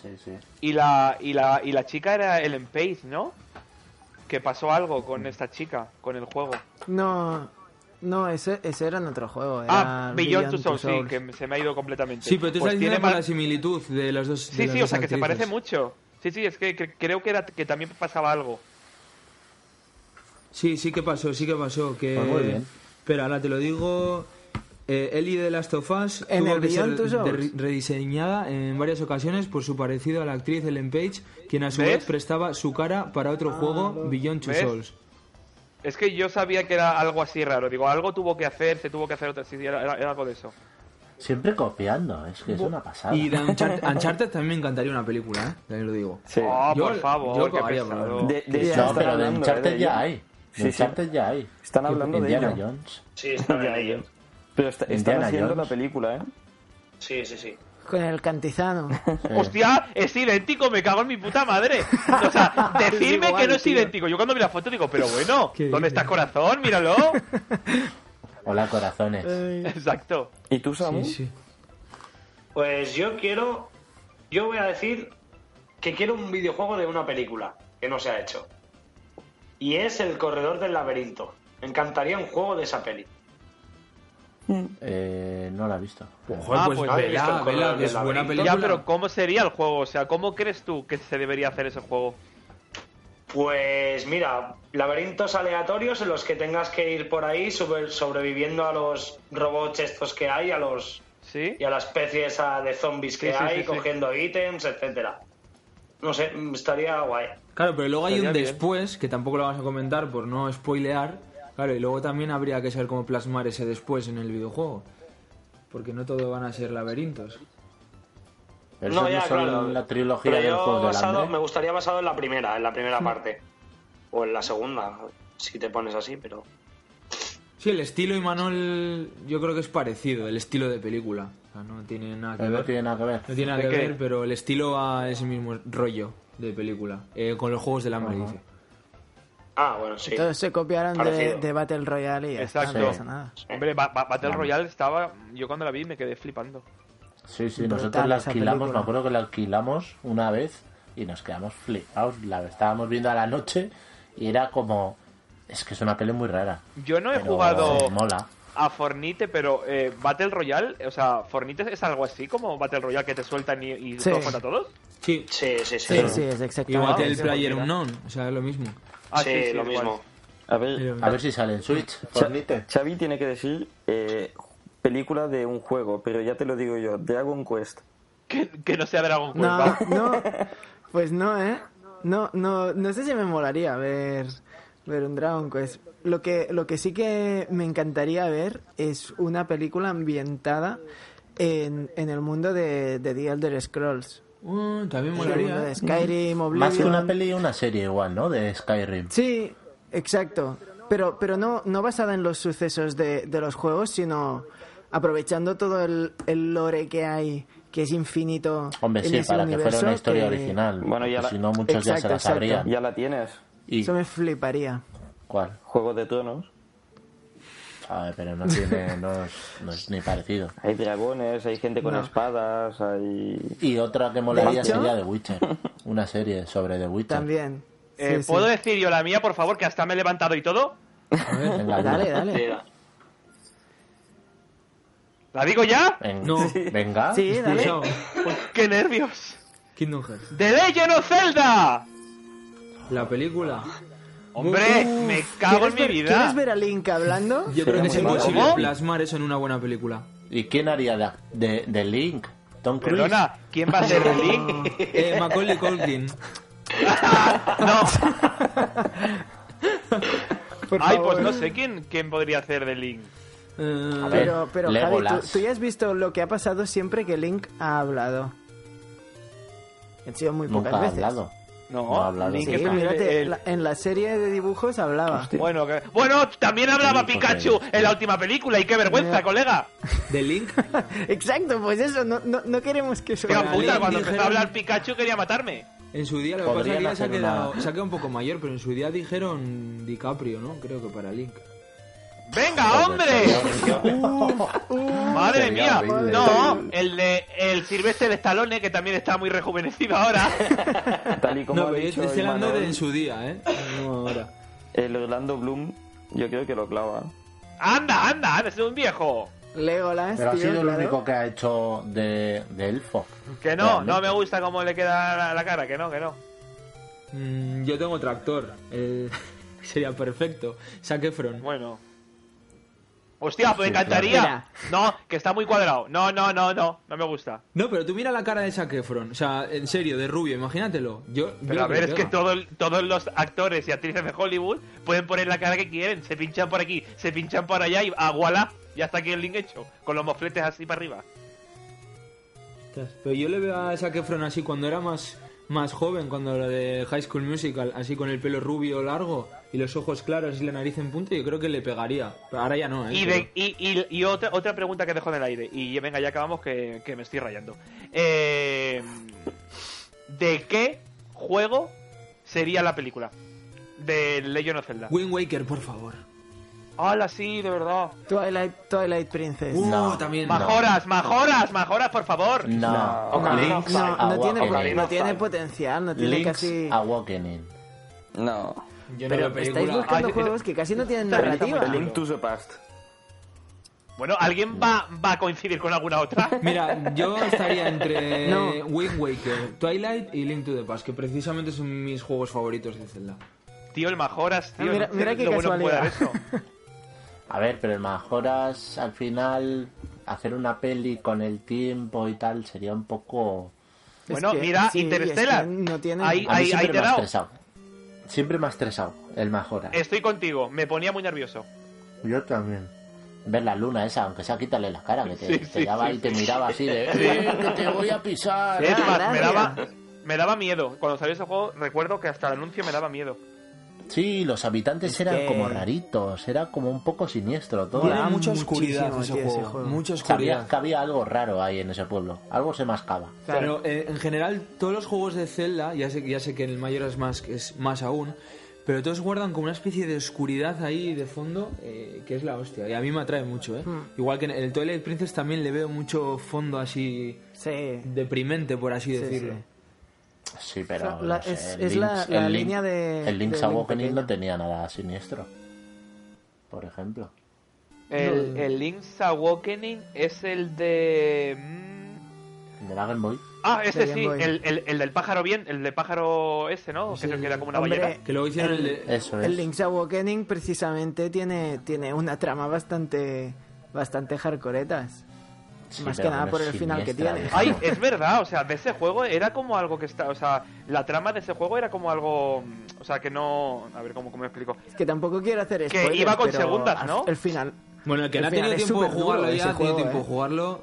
S2: Sí, sí.
S4: y la, y la, y la chica era Ellen Page, ¿no? Que pasó algo con esta chica, con el juego.
S3: No, no, ese, ese era en otro juego. Era
S4: Ah, Beyond Two Souls, sí,
S3: Souls.
S4: que se me ha ido completamente.
S1: Sí, pero tú
S4: Pues
S1: estás
S4: tiene
S1: diciendo por
S4: más-
S1: la similitud de las dos. de
S4: Sí,
S1: las
S4: sí, o
S1: dos
S4: sea, que se
S1: actrices.
S4: parece mucho. Sí, sí, es que cre- creo que era que también pasaba algo.
S1: Sí, sí que pasó, sí que pasó. Que...
S2: Pues muy bien.
S1: Pero ahora te lo digo. Eh, Ellie de Last of Us
S3: En
S1: tuvo
S3: el
S1: que ser
S3: Beyond Two Souls.
S1: de- rediseñada en varias ocasiones por su parecido a la actriz Ellen Page, quien a su
S4: ¿Ves?
S1: vez prestaba su cara para otro juego, Beyond Two
S4: Ah, ¿Ves?
S1: Souls.
S4: Es que yo sabía que era algo así raro. Digo, algo tuvo que hacer, se tuvo que hacer otra. Sí, sí, era, era- era algo de eso.
S2: Siempre copiando, es que es una pasada.
S1: Y de Uncharted, Uncharted también me encantaría una película, ¿eh? También lo digo.
S5: Sí.
S4: Oh,
S1: Yo-
S4: por favor,
S1: yo
S4: qué
S1: pagaría por
S4: pesado.
S1: verlo.
S5: De, de
S3: Ya,
S5: ella
S2: no,
S5: están
S2: pero de
S5: hablando, ¿eh?
S2: Uncharted
S5: De
S2: ya
S5: ella.
S2: hay.
S5: Sí,
S2: de
S5: sí.
S2: Uncharted ya hay.
S5: Están hablando de
S2: Indiana
S5: ella.
S2: Jones.
S5: [LAUGHS]
S6: Sí, está en ello.
S5: Pero está- están
S2: Indiana
S5: haciendo
S2: Jones.
S5: la película, ¿eh?
S6: Sí, sí, sí.
S3: Con el
S4: [LAUGHS]
S3: cantizano.
S2: Sí.
S4: Hostia, es idéntico, me cago en mi puta madre. O sea, decirme
S3: igual,
S4: que no es
S3: tío.
S4: idéntico. Yo cuando vi la foto digo, pero bueno,
S1: ¿Qué
S4: ¿dónde
S1: dices?
S4: está corazón? Míralo.
S2: Hola, corazones.
S4: Exacto.
S5: ¿Y tú, Samu?
S1: Sí, sí.
S6: Pues yo quiero. Yo voy a decir que quiero un videojuego de una película que no se ha hecho. Y es El Corredor del Laberinto. Me encantaría un juego de esa peli.
S2: Eh, no la he visto.
S1: Joder,
S4: Ah,
S1: pues,
S4: pues no habéis
S1: vela,
S6: visto el color
S1: vela,
S6: del
S1: que es buena
S6: laberinto.
S1: película.
S4: Ya, pero ¿cómo sería el juego? O sea, ¿cómo crees tú que se debería hacer ese juego?
S6: Pues mira, laberintos aleatorios en los que tengas que ir por ahí sobre- sobreviviendo a los robots estos que hay, a los
S4: ¿Sí?
S6: y a las especies ah, de zombies que
S4: Sí, sí,
S6: hay,
S4: sí, sí.
S6: cogiendo ítems, etcétera. No sé, mm, estaría guay.
S1: Claro, pero luego hay un
S4: Estaría bien.
S1: después, que tampoco lo vamos a comentar por no spoilear. Claro, y luego también habría que saber cómo plasmar ese después en el videojuego. Porque no todo van a ser laberintos.
S2: Pero eso no,
S6: ya,
S2: son
S6: claro.
S2: la trilogía
S6: Pero
S2: del
S6: yo
S2: juego del
S6: basado-
S2: hambre. Mm.
S6: Me gustaría basado en la primera, en la primera parte. O en la segunda, si te pones así, pero.
S1: Sí, el estilo y Manol yo creo que es parecido, el estilo de película. O sea, no tiene nada que
S2: Pero
S1: ver.
S2: no tiene nada que ver.
S1: No tiene nada que
S4: ¿De qué?
S1: ver, pero el estilo va ese mismo rollo de película. eh, con los juegos del hambre, dice.
S6: Ah, bueno, sí.
S3: Todos se copiaron de,
S6: Parecido.
S3: de Battle Royale y ya está,
S4: Exacto.
S3: no pasa nada.
S4: Hombre, Ba- Ba- Battle Royale estaba. Yo cuando la vi me quedé flipando.
S2: Sí, sí,
S3: Brutal
S2: nosotros la
S3: esa
S2: alquilamos, me
S3: película.
S2: acuerdo que la alquilamos una vez y nos quedamos flipados. La estábamos viendo a la noche y era como... Es que es una peli muy rara.
S4: Yo no he
S2: pero eh,
S4: jugado
S2: Mola.
S4: a Fornite, pero eh, Battle Royale, o sea, Fornite es algo así como Battle Royale que te sueltan y, y
S3: Sí.
S4: todos contra todos.
S1: Sí,
S6: Sí, sí, sí.
S3: Sí, sí, es
S1: y
S3: exactamente.
S1: Battle
S4: sí,
S1: Player
S4: mira.
S1: Unknown, o sea, es lo mismo.
S4: Ah,
S6: Sí, lo
S4: igual.
S6: mismo.
S5: A ver,
S1: Pero-
S2: A ver si sale en Switch. Fornite.
S5: Xavi tiene que decir eh, película de un juego, pero ya te lo digo yo, Dragon Quest.
S4: Que, que no sea Dragon Quest.
S3: No, [LAUGHS]
S4: va.
S3: no, pues no, ¿eh? No, no, no sé si me molaría ver, ver un Dragon Quest. Lo que, lo que sí que me encantaría ver es una película ambientada en, en el mundo de, de The Elder Scrolls.
S1: Uh, también
S3: En el mundo
S1: molaría.
S3: de Skyrim, Oblivion...
S2: Más que una peli, una serie igual, ¿no? De Skyrim.
S3: Sí, exacto. Pero, pero no, no basada en los sucesos de, de los juegos, sino aprovechando todo el, el lore que hay, que es infinito.
S2: Hombre,
S3: en
S2: sí,
S3: ese
S2: para que fuera
S3: universo
S2: una historia
S3: que-
S2: original.
S5: Bueno, ya
S2: porque Si
S5: la-
S2: no, muchos ya se
S3: Exacto,
S2: la
S3: exacto.
S2: sabrían.
S5: Ya la tienes.
S2: ¿Y
S3: Eso me fliparía.
S2: cuál?
S5: Juego de Tronos.
S2: Ah, pero no
S3: [LAUGHS]
S2: tiene, no es, no es ni parecido.
S5: Hay dragones, hay gente con
S3: No.
S5: espadas, hay...
S1: [LAUGHS]
S2: Y otra que molaría
S3: ¿De hecho?
S2: sería The Witcher. Una serie sobre The Witcher.
S3: También.
S4: Eh,
S3: Sí, sí.
S4: ¿Puedo decir yo la mía, por favor, que hasta me he levantado y todo?
S1: A ver.
S2: Venga,
S3: Dale,
S2: dila.
S3: dale.
S4: ¿La digo ya?
S2: Ven-
S1: No.
S2: Venga.
S4: Eh,
S3: Sí, dale.
S1: Pulsado.
S4: Uy, ¡Qué nervios!
S1: Kingdom Hearts.
S4: ¡The Legend of Zelda!
S1: La película.
S4: ¡Hombre,
S1: Uf,
S4: me cago en
S3: Uh, ¿Quieres
S4: mi
S3: ver-
S4: vida!
S3: ¿Quieres ver a Link hablando?
S1: Yo creo que es
S5: muy malo.
S1: imposible
S4: ¿Cómo?
S1: plasmar eso en una buena película.
S2: ¿Y quién haría de, de- de Link? Tom Cruise.
S4: Perdona, ¿quién va a
S3: [LAUGHS]
S4: ser el link?
S1: Eh, Macaulay Culkin.
S4: [LAUGHS] ¡No!
S3: Por
S4: Ay,
S3: favor.
S4: pues no sé quién, quién podría hacer de link.
S1: Eh,
S2: A ver,
S3: Pero, pero Javi,
S2: Legolas.
S3: ¿tú, tú ya has visto lo que ha pasado siempre que Link ha hablado. Han sido muy pocas
S2: Nunca ha
S3: veces.
S2: hablado.
S4: No,
S2: No ha hablado.
S4: Link
S3: Sí,
S4: es
S2: Nunca.
S3: mírate,
S4: el-
S3: la- en la serie de dibujos hablaba.
S4: Bueno, que- bueno, también hablaba
S2: Sí,
S4: Pikachu
S2: porque-
S4: en la última película y qué vergüenza,
S3: Mira.
S4: colega.
S1: ¿De Link?
S3: [LAUGHS] Exacto, pues eso, no, no, no queremos que eso
S4: Tío,
S1: Pero
S4: puta,
S1: Link
S4: cuando empezó a
S1: dijeron-
S4: hablar Pikachu quería matarme.
S1: En su día, lo que pasa es
S2: Podrían
S1: que ya se ha,
S2: hacer
S1: quedado,
S2: una-
S1: se ha quedado un poco mayor, pero en su día dijeron DiCaprio, ¿no? Creo que para Link.
S4: ¡Venga, hombre! [LAUGHS] ¡Madre
S2: Sería
S4: mía!
S2: horrible.
S4: No, el de el Silvestre de Stallone, que también está muy
S2: [LAUGHS]
S4: rejuvenecido ahora.
S5: Tal y como
S1: No,
S5: ha
S1: pero yo
S5: dicho
S1: estoy hablando
S5: Imanol,
S1: de en su día, ¿eh? No ahora.
S5: el Orlando Bloom, yo creo que lo clava.
S4: ¡Anda, anda! ¡Es un viejo!
S3: Legolas,
S2: Pero ha
S3: tío,
S2: sido el
S3: claro.
S2: único que ha hecho de, de elfo.
S4: Que no,
S2: Realmente.
S4: no me gusta cómo le queda la, la cara, que no, que no.
S1: Mm, yo tengo otro actor. [LAUGHS] eh, sería perfecto. Zac Efron.
S4: Bueno. Hostia, pues me
S2: Sí,
S4: encantaría. No, que está muy cuadrado. No, no, no, no, no me gusta.
S1: No, pero tú mira la cara de Zac Efron. O sea, en serio, de rubio, imagínatelo. Yo, yo
S4: Pero a
S1: creo
S4: ver, es que
S1: pega.
S4: todo el- todos los actores y actrices de Hollywood pueden poner la cara que quieren. Se pinchan por aquí, se pinchan por allá y ah, voilà, ya está aquí el link hecho. Con los mofletes así para arriba.
S1: Ostras, Pero yo le veo a Zac Efron así cuando era más, más joven, cuando lo de High School Musical, así con el pelo rubio largo y los ojos claros y la nariz en punta, yo creo que le pegaría. Pero ahora ya no, ¿eh?
S4: Y,
S1: Pero-
S4: de- y, y- y otra, otra pregunta que dejo en el aire. Y venga, ya acabamos que, que me estoy rayando. Eh, ¿De qué juego sería la película? De Legend of Zelda.
S1: Wind Waker, por favor.
S4: ¡Hala, sí, de verdad!
S3: Twilight, Twilight Princess.
S1: Uh,
S2: No.
S1: también.
S2: Ma-
S4: ¡Majoras, majoras, majoras, por favor!
S2: No.
S5: No.
S2: Link's
S3: No, no tiene,
S2: Awakening.
S5: Ocarina
S3: no
S5: of
S3: tiene
S5: Time.
S3: potencial, no tiene
S2: Link's
S3: casi...
S2: Awakening.
S5: No.
S1: Yo no
S3: Pero
S1: veo
S3: estáis
S1: película.
S3: buscando
S4: Ay,
S3: juegos que casi no tienen
S4: Está bien, está
S3: narrativa.
S4: muy bien.
S5: Link to the Past.
S4: Bueno, ¿alguien va, va a coincidir con alguna otra?
S1: Mira, yo estaría entre
S3: No.
S1: Wind Waker, Twilight y Link to the Past, que precisamente son mis juegos favoritos de Zelda.
S4: Tío, el Majoras, tío.
S3: Ah, mira-
S4: no sé
S3: mira qué
S4: lo bueno que puede dar
S3: casualidad.
S4: esto.
S2: A ver, pero el Majoras al final hacer una peli con el tiempo y tal sería un poco.
S3: [LAUGHS] Es
S4: Bueno,
S3: que-
S4: mira,
S3: sí, es que
S4: Interstellar.
S3: no tiene-
S4: Ahí,
S2: A mí
S4: ahí, ahí
S2: siempre
S4: te he
S2: me ha
S4: dado.
S2: estresado. Siempre me ha estresado el Majoras.
S4: Estoy contigo, me ponía muy nervioso.
S2: Yo también. Ver la luna esa, aunque sea quítale la cara, que te,
S4: Sí,
S2: te
S4: sí,
S2: daba
S4: sí,
S2: y te miraba así de.
S4: Sí.
S2: "Eh, que te voy a pisar!
S4: Es más, me
S3: gracias.
S4: daba, me daba miedo. Cuando salió ese juego, recuerdo que hasta el anuncio me daba miedo.
S2: Sí, los habitantes eran
S3: que-
S2: como raritos, era como un poco siniestro todo.
S3: Era
S1: Tiene mucha
S3: muchísimo,
S1: oscuridad ese
S3: tío, ese
S1: juego.
S3: juego.
S1: Mucha
S2: Sabías
S1: oscuridad.
S2: que había algo raro ahí en ese pueblo, algo se mascaba.
S3: Claro.
S1: Pero eh, en general, todos los juegos de Zelda, ya sé, ya sé que en el mayor es más, es más aún, pero todos guardan como una especie de oscuridad ahí de fondo, eh, que es la hostia. Y a mí me atrae mucho, ¿eh?
S3: Hmm.
S1: Igual que en el Twilight Princess también le veo mucho fondo así
S3: Sí.
S1: deprimente, por así
S3: Sí,
S1: decirlo.
S3: sí.
S2: Sí, pero.
S3: O sea, la-
S2: no sé,
S3: es-
S2: el
S3: es la-
S2: Link's-
S3: la
S2: el
S3: línea de-
S2: El Link's
S3: de Link
S2: Awakening no
S3: pequeño.
S2: tenía nada siniestro. Por ejemplo.
S4: El, el Link's Awakening es el de. mm,
S2: ¿De la Game Boy?
S4: Ah, ese
S3: De Game
S4: sí,
S3: Boy.
S4: el, el- el del pájaro bien, el de pájaro ese, ¿no? Que es el que era como una
S3: Hombre, eh,
S4: ballena.
S1: Que luego hicieron el, de-
S2: Eso es.
S3: El Link's Awakening precisamente tiene, tiene una trama bastante bastante hardcoretas.
S2: Sí,
S3: más que
S2: pero
S3: nada
S2: no
S3: por
S2: es
S3: el final que
S2: siniestra,
S3: tiene.
S2: ¿no?
S3: [LAUGHS]
S5: [LAUGHS]
S4: Ay, es verdad, o sea, de ese juego era como algo que está. O sea, la trama de ese juego era como algo. mm, O sea, que no. A ver cómo, cómo me explico.
S3: Es que tampoco quiero hacer
S4: Que
S3: spoilers,
S4: iba con
S3: pero
S4: segundas,
S3: al-
S4: ¿no?
S3: El final.
S1: Bueno, el que
S3: El
S1: no ha tenido
S3: final es
S1: tiempo de
S3: superduro
S1: jugarlo
S3: ese
S1: ya, ha tenido
S3: juego,
S1: tiempo
S3: ¿eh?
S1: de jugarlo.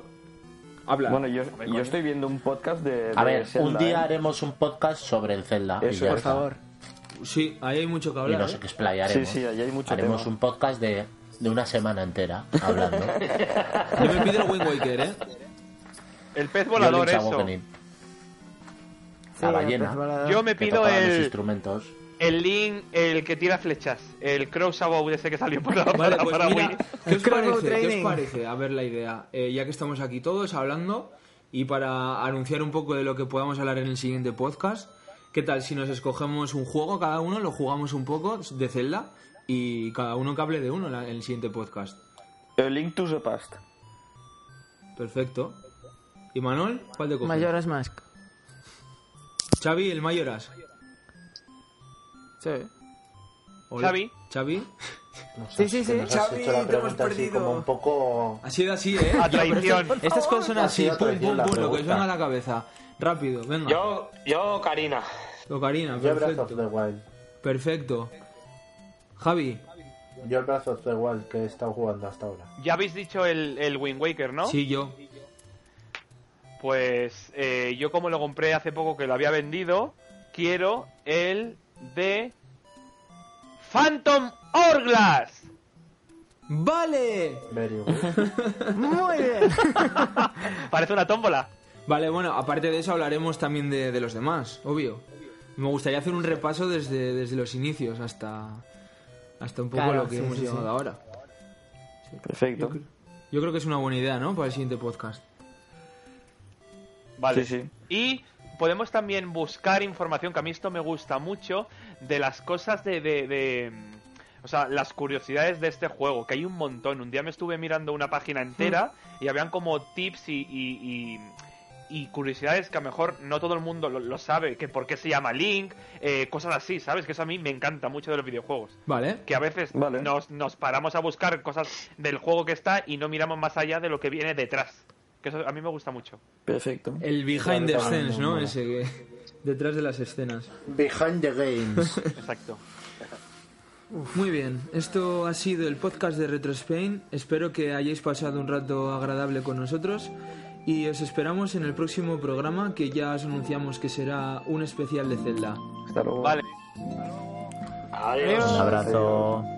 S1: Habla.
S5: Bueno, yo,
S4: Hombre,
S5: yo
S4: coño.
S5: estoy viendo un podcast de.
S2: A
S5: de
S2: ver, un
S5: Zelda,
S2: día
S5: ¿eh?
S2: haremos un podcast sobre el Zelda. y
S5: Eso,
S2: ya
S5: por
S2: está.
S5: favor.
S1: Sí, ahí hay mucho que
S2: Y
S1: hablar.
S2: nos
S1: ¿eh?
S2: explayaremos.
S5: Sí, sí, ahí hay mucho
S2: Haremos
S5: tema.
S2: un podcast de, de una semana entera
S5: [LAUGHS]
S2: hablando.
S1: Yo me pido el Wind Waker, ¿eh?
S4: El pez
S2: Yo
S4: volador,
S2: linchaba
S4: eso.
S2: Bokenin. La
S3: Sí,
S2: ballena.
S3: pez volador.
S4: Yo me
S2: que
S4: pido
S2: tocaba los
S4: el,
S2: instrumentos.
S4: el link, el que tira flechas. El Crowsabow ese que salió para,
S1: Vale,
S4: para,
S1: pues
S4: [LAUGHS] para
S1: mira,
S4: Wii.
S1: ¿qué os
S3: Crowd
S1: parece? ¿Qué os
S3: training.
S1: parece? A ver la idea. Eh, ya que estamos aquí todos hablando y para anunciar un poco de lo que podamos hablar en el siguiente podcast, ¿qué tal si nos escogemos un juego cada uno, lo jugamos un poco de Zelda y cada uno que hable de uno en la- en el siguiente podcast?
S5: A Link to the Past.
S1: Perfecto. ¿Y Manuel? ¿Cuál te coges?
S3: Mayoras Mask.
S1: Xavi, el Mayoras.
S3: Sí.
S1: Hola.
S4: Xavi.
S1: Xavi.
S3: Sí, sí, sí.
S2: Nos has
S1: Xavi,
S2: hecho la
S1: te hemos
S2: pregunta así
S1: perdido.
S2: como un poco...
S1: Ha sido así, ¿eh?
S4: A traición.
S1: Estas cosas son
S2: Ha
S1: así, pues,
S2: sido
S1: pum, pum, pum,
S2: traición la
S1: lo que os
S2: pregunta.
S1: venga a la cabeza. Rápido, venga.
S6: Yo, yo, Karina.
S1: Ocarina,
S2: Yo Breath of
S1: perfecto.
S2: the Wild.
S1: Perfecto. Javi,
S2: Yo el Breath of the Wild que he estado jugando hasta ahora.
S4: Ya habéis dicho el, el Wind Waker, ¿no?
S1: sí, yo.
S4: Pues eh, yo como lo compré hace poco que lo había vendido, quiero el de Phantom Hourglass.
S1: ¡Vale!
S2: Very good.
S3: Muy bien.
S4: Parece una tómbola.
S1: Vale, bueno, aparte de eso hablaremos también de, de los demás, obvio. Me gustaría hacer un repaso desde, desde los inicios hasta, hasta un poco
S3: Claro,
S1: lo que
S3: sí,
S1: hemos
S3: sí,
S1: llegado
S3: sí.
S1: ahora.
S5: Perfecto.
S1: Yo creo que es una buena idea, ¿no? Para el siguiente podcast.
S4: Vale.
S5: Sí, sí.
S4: Y podemos también buscar información, que a mí esto me gusta mucho, de las cosas de... de- de, mm, o sea, las curiosidades de este juego, que hay un montón. Un día me estuve mirando una página entera
S5: Mm.
S4: y habían como tips y... y- y- y curiosidades que a lo mejor no todo el mundo lo, lo sabe, que por qué se llama Link, eh, cosas así, ¿sabes? Que eso a mí me encanta mucho de los videojuegos
S1: Vale,
S4: que a veces
S5: Vale.
S4: nos, nos paramos a buscar cosas del juego que está y no miramos más allá de lo que viene detrás. Que eso a mí me gusta
S5: [LAUGHS]
S4: mucho.
S5: Perfecto.
S1: el behind the
S2: Vale, vale,
S1: scenes, ¿no?
S2: mola.
S1: Ese que... [LAUGHS] Detrás de las escenas.
S2: Behind the Games.
S4: Exacto.
S1: Muy bien, esto ha sido el podcast de Retro Spain. Espero que hayáis pasado un rato agradable con nosotros y os esperamos en el próximo programa que ya os anunciamos que será un especial de Zelda.
S5: Hasta luego.
S4: Vale.
S6: Adiós.
S2: un abrazo.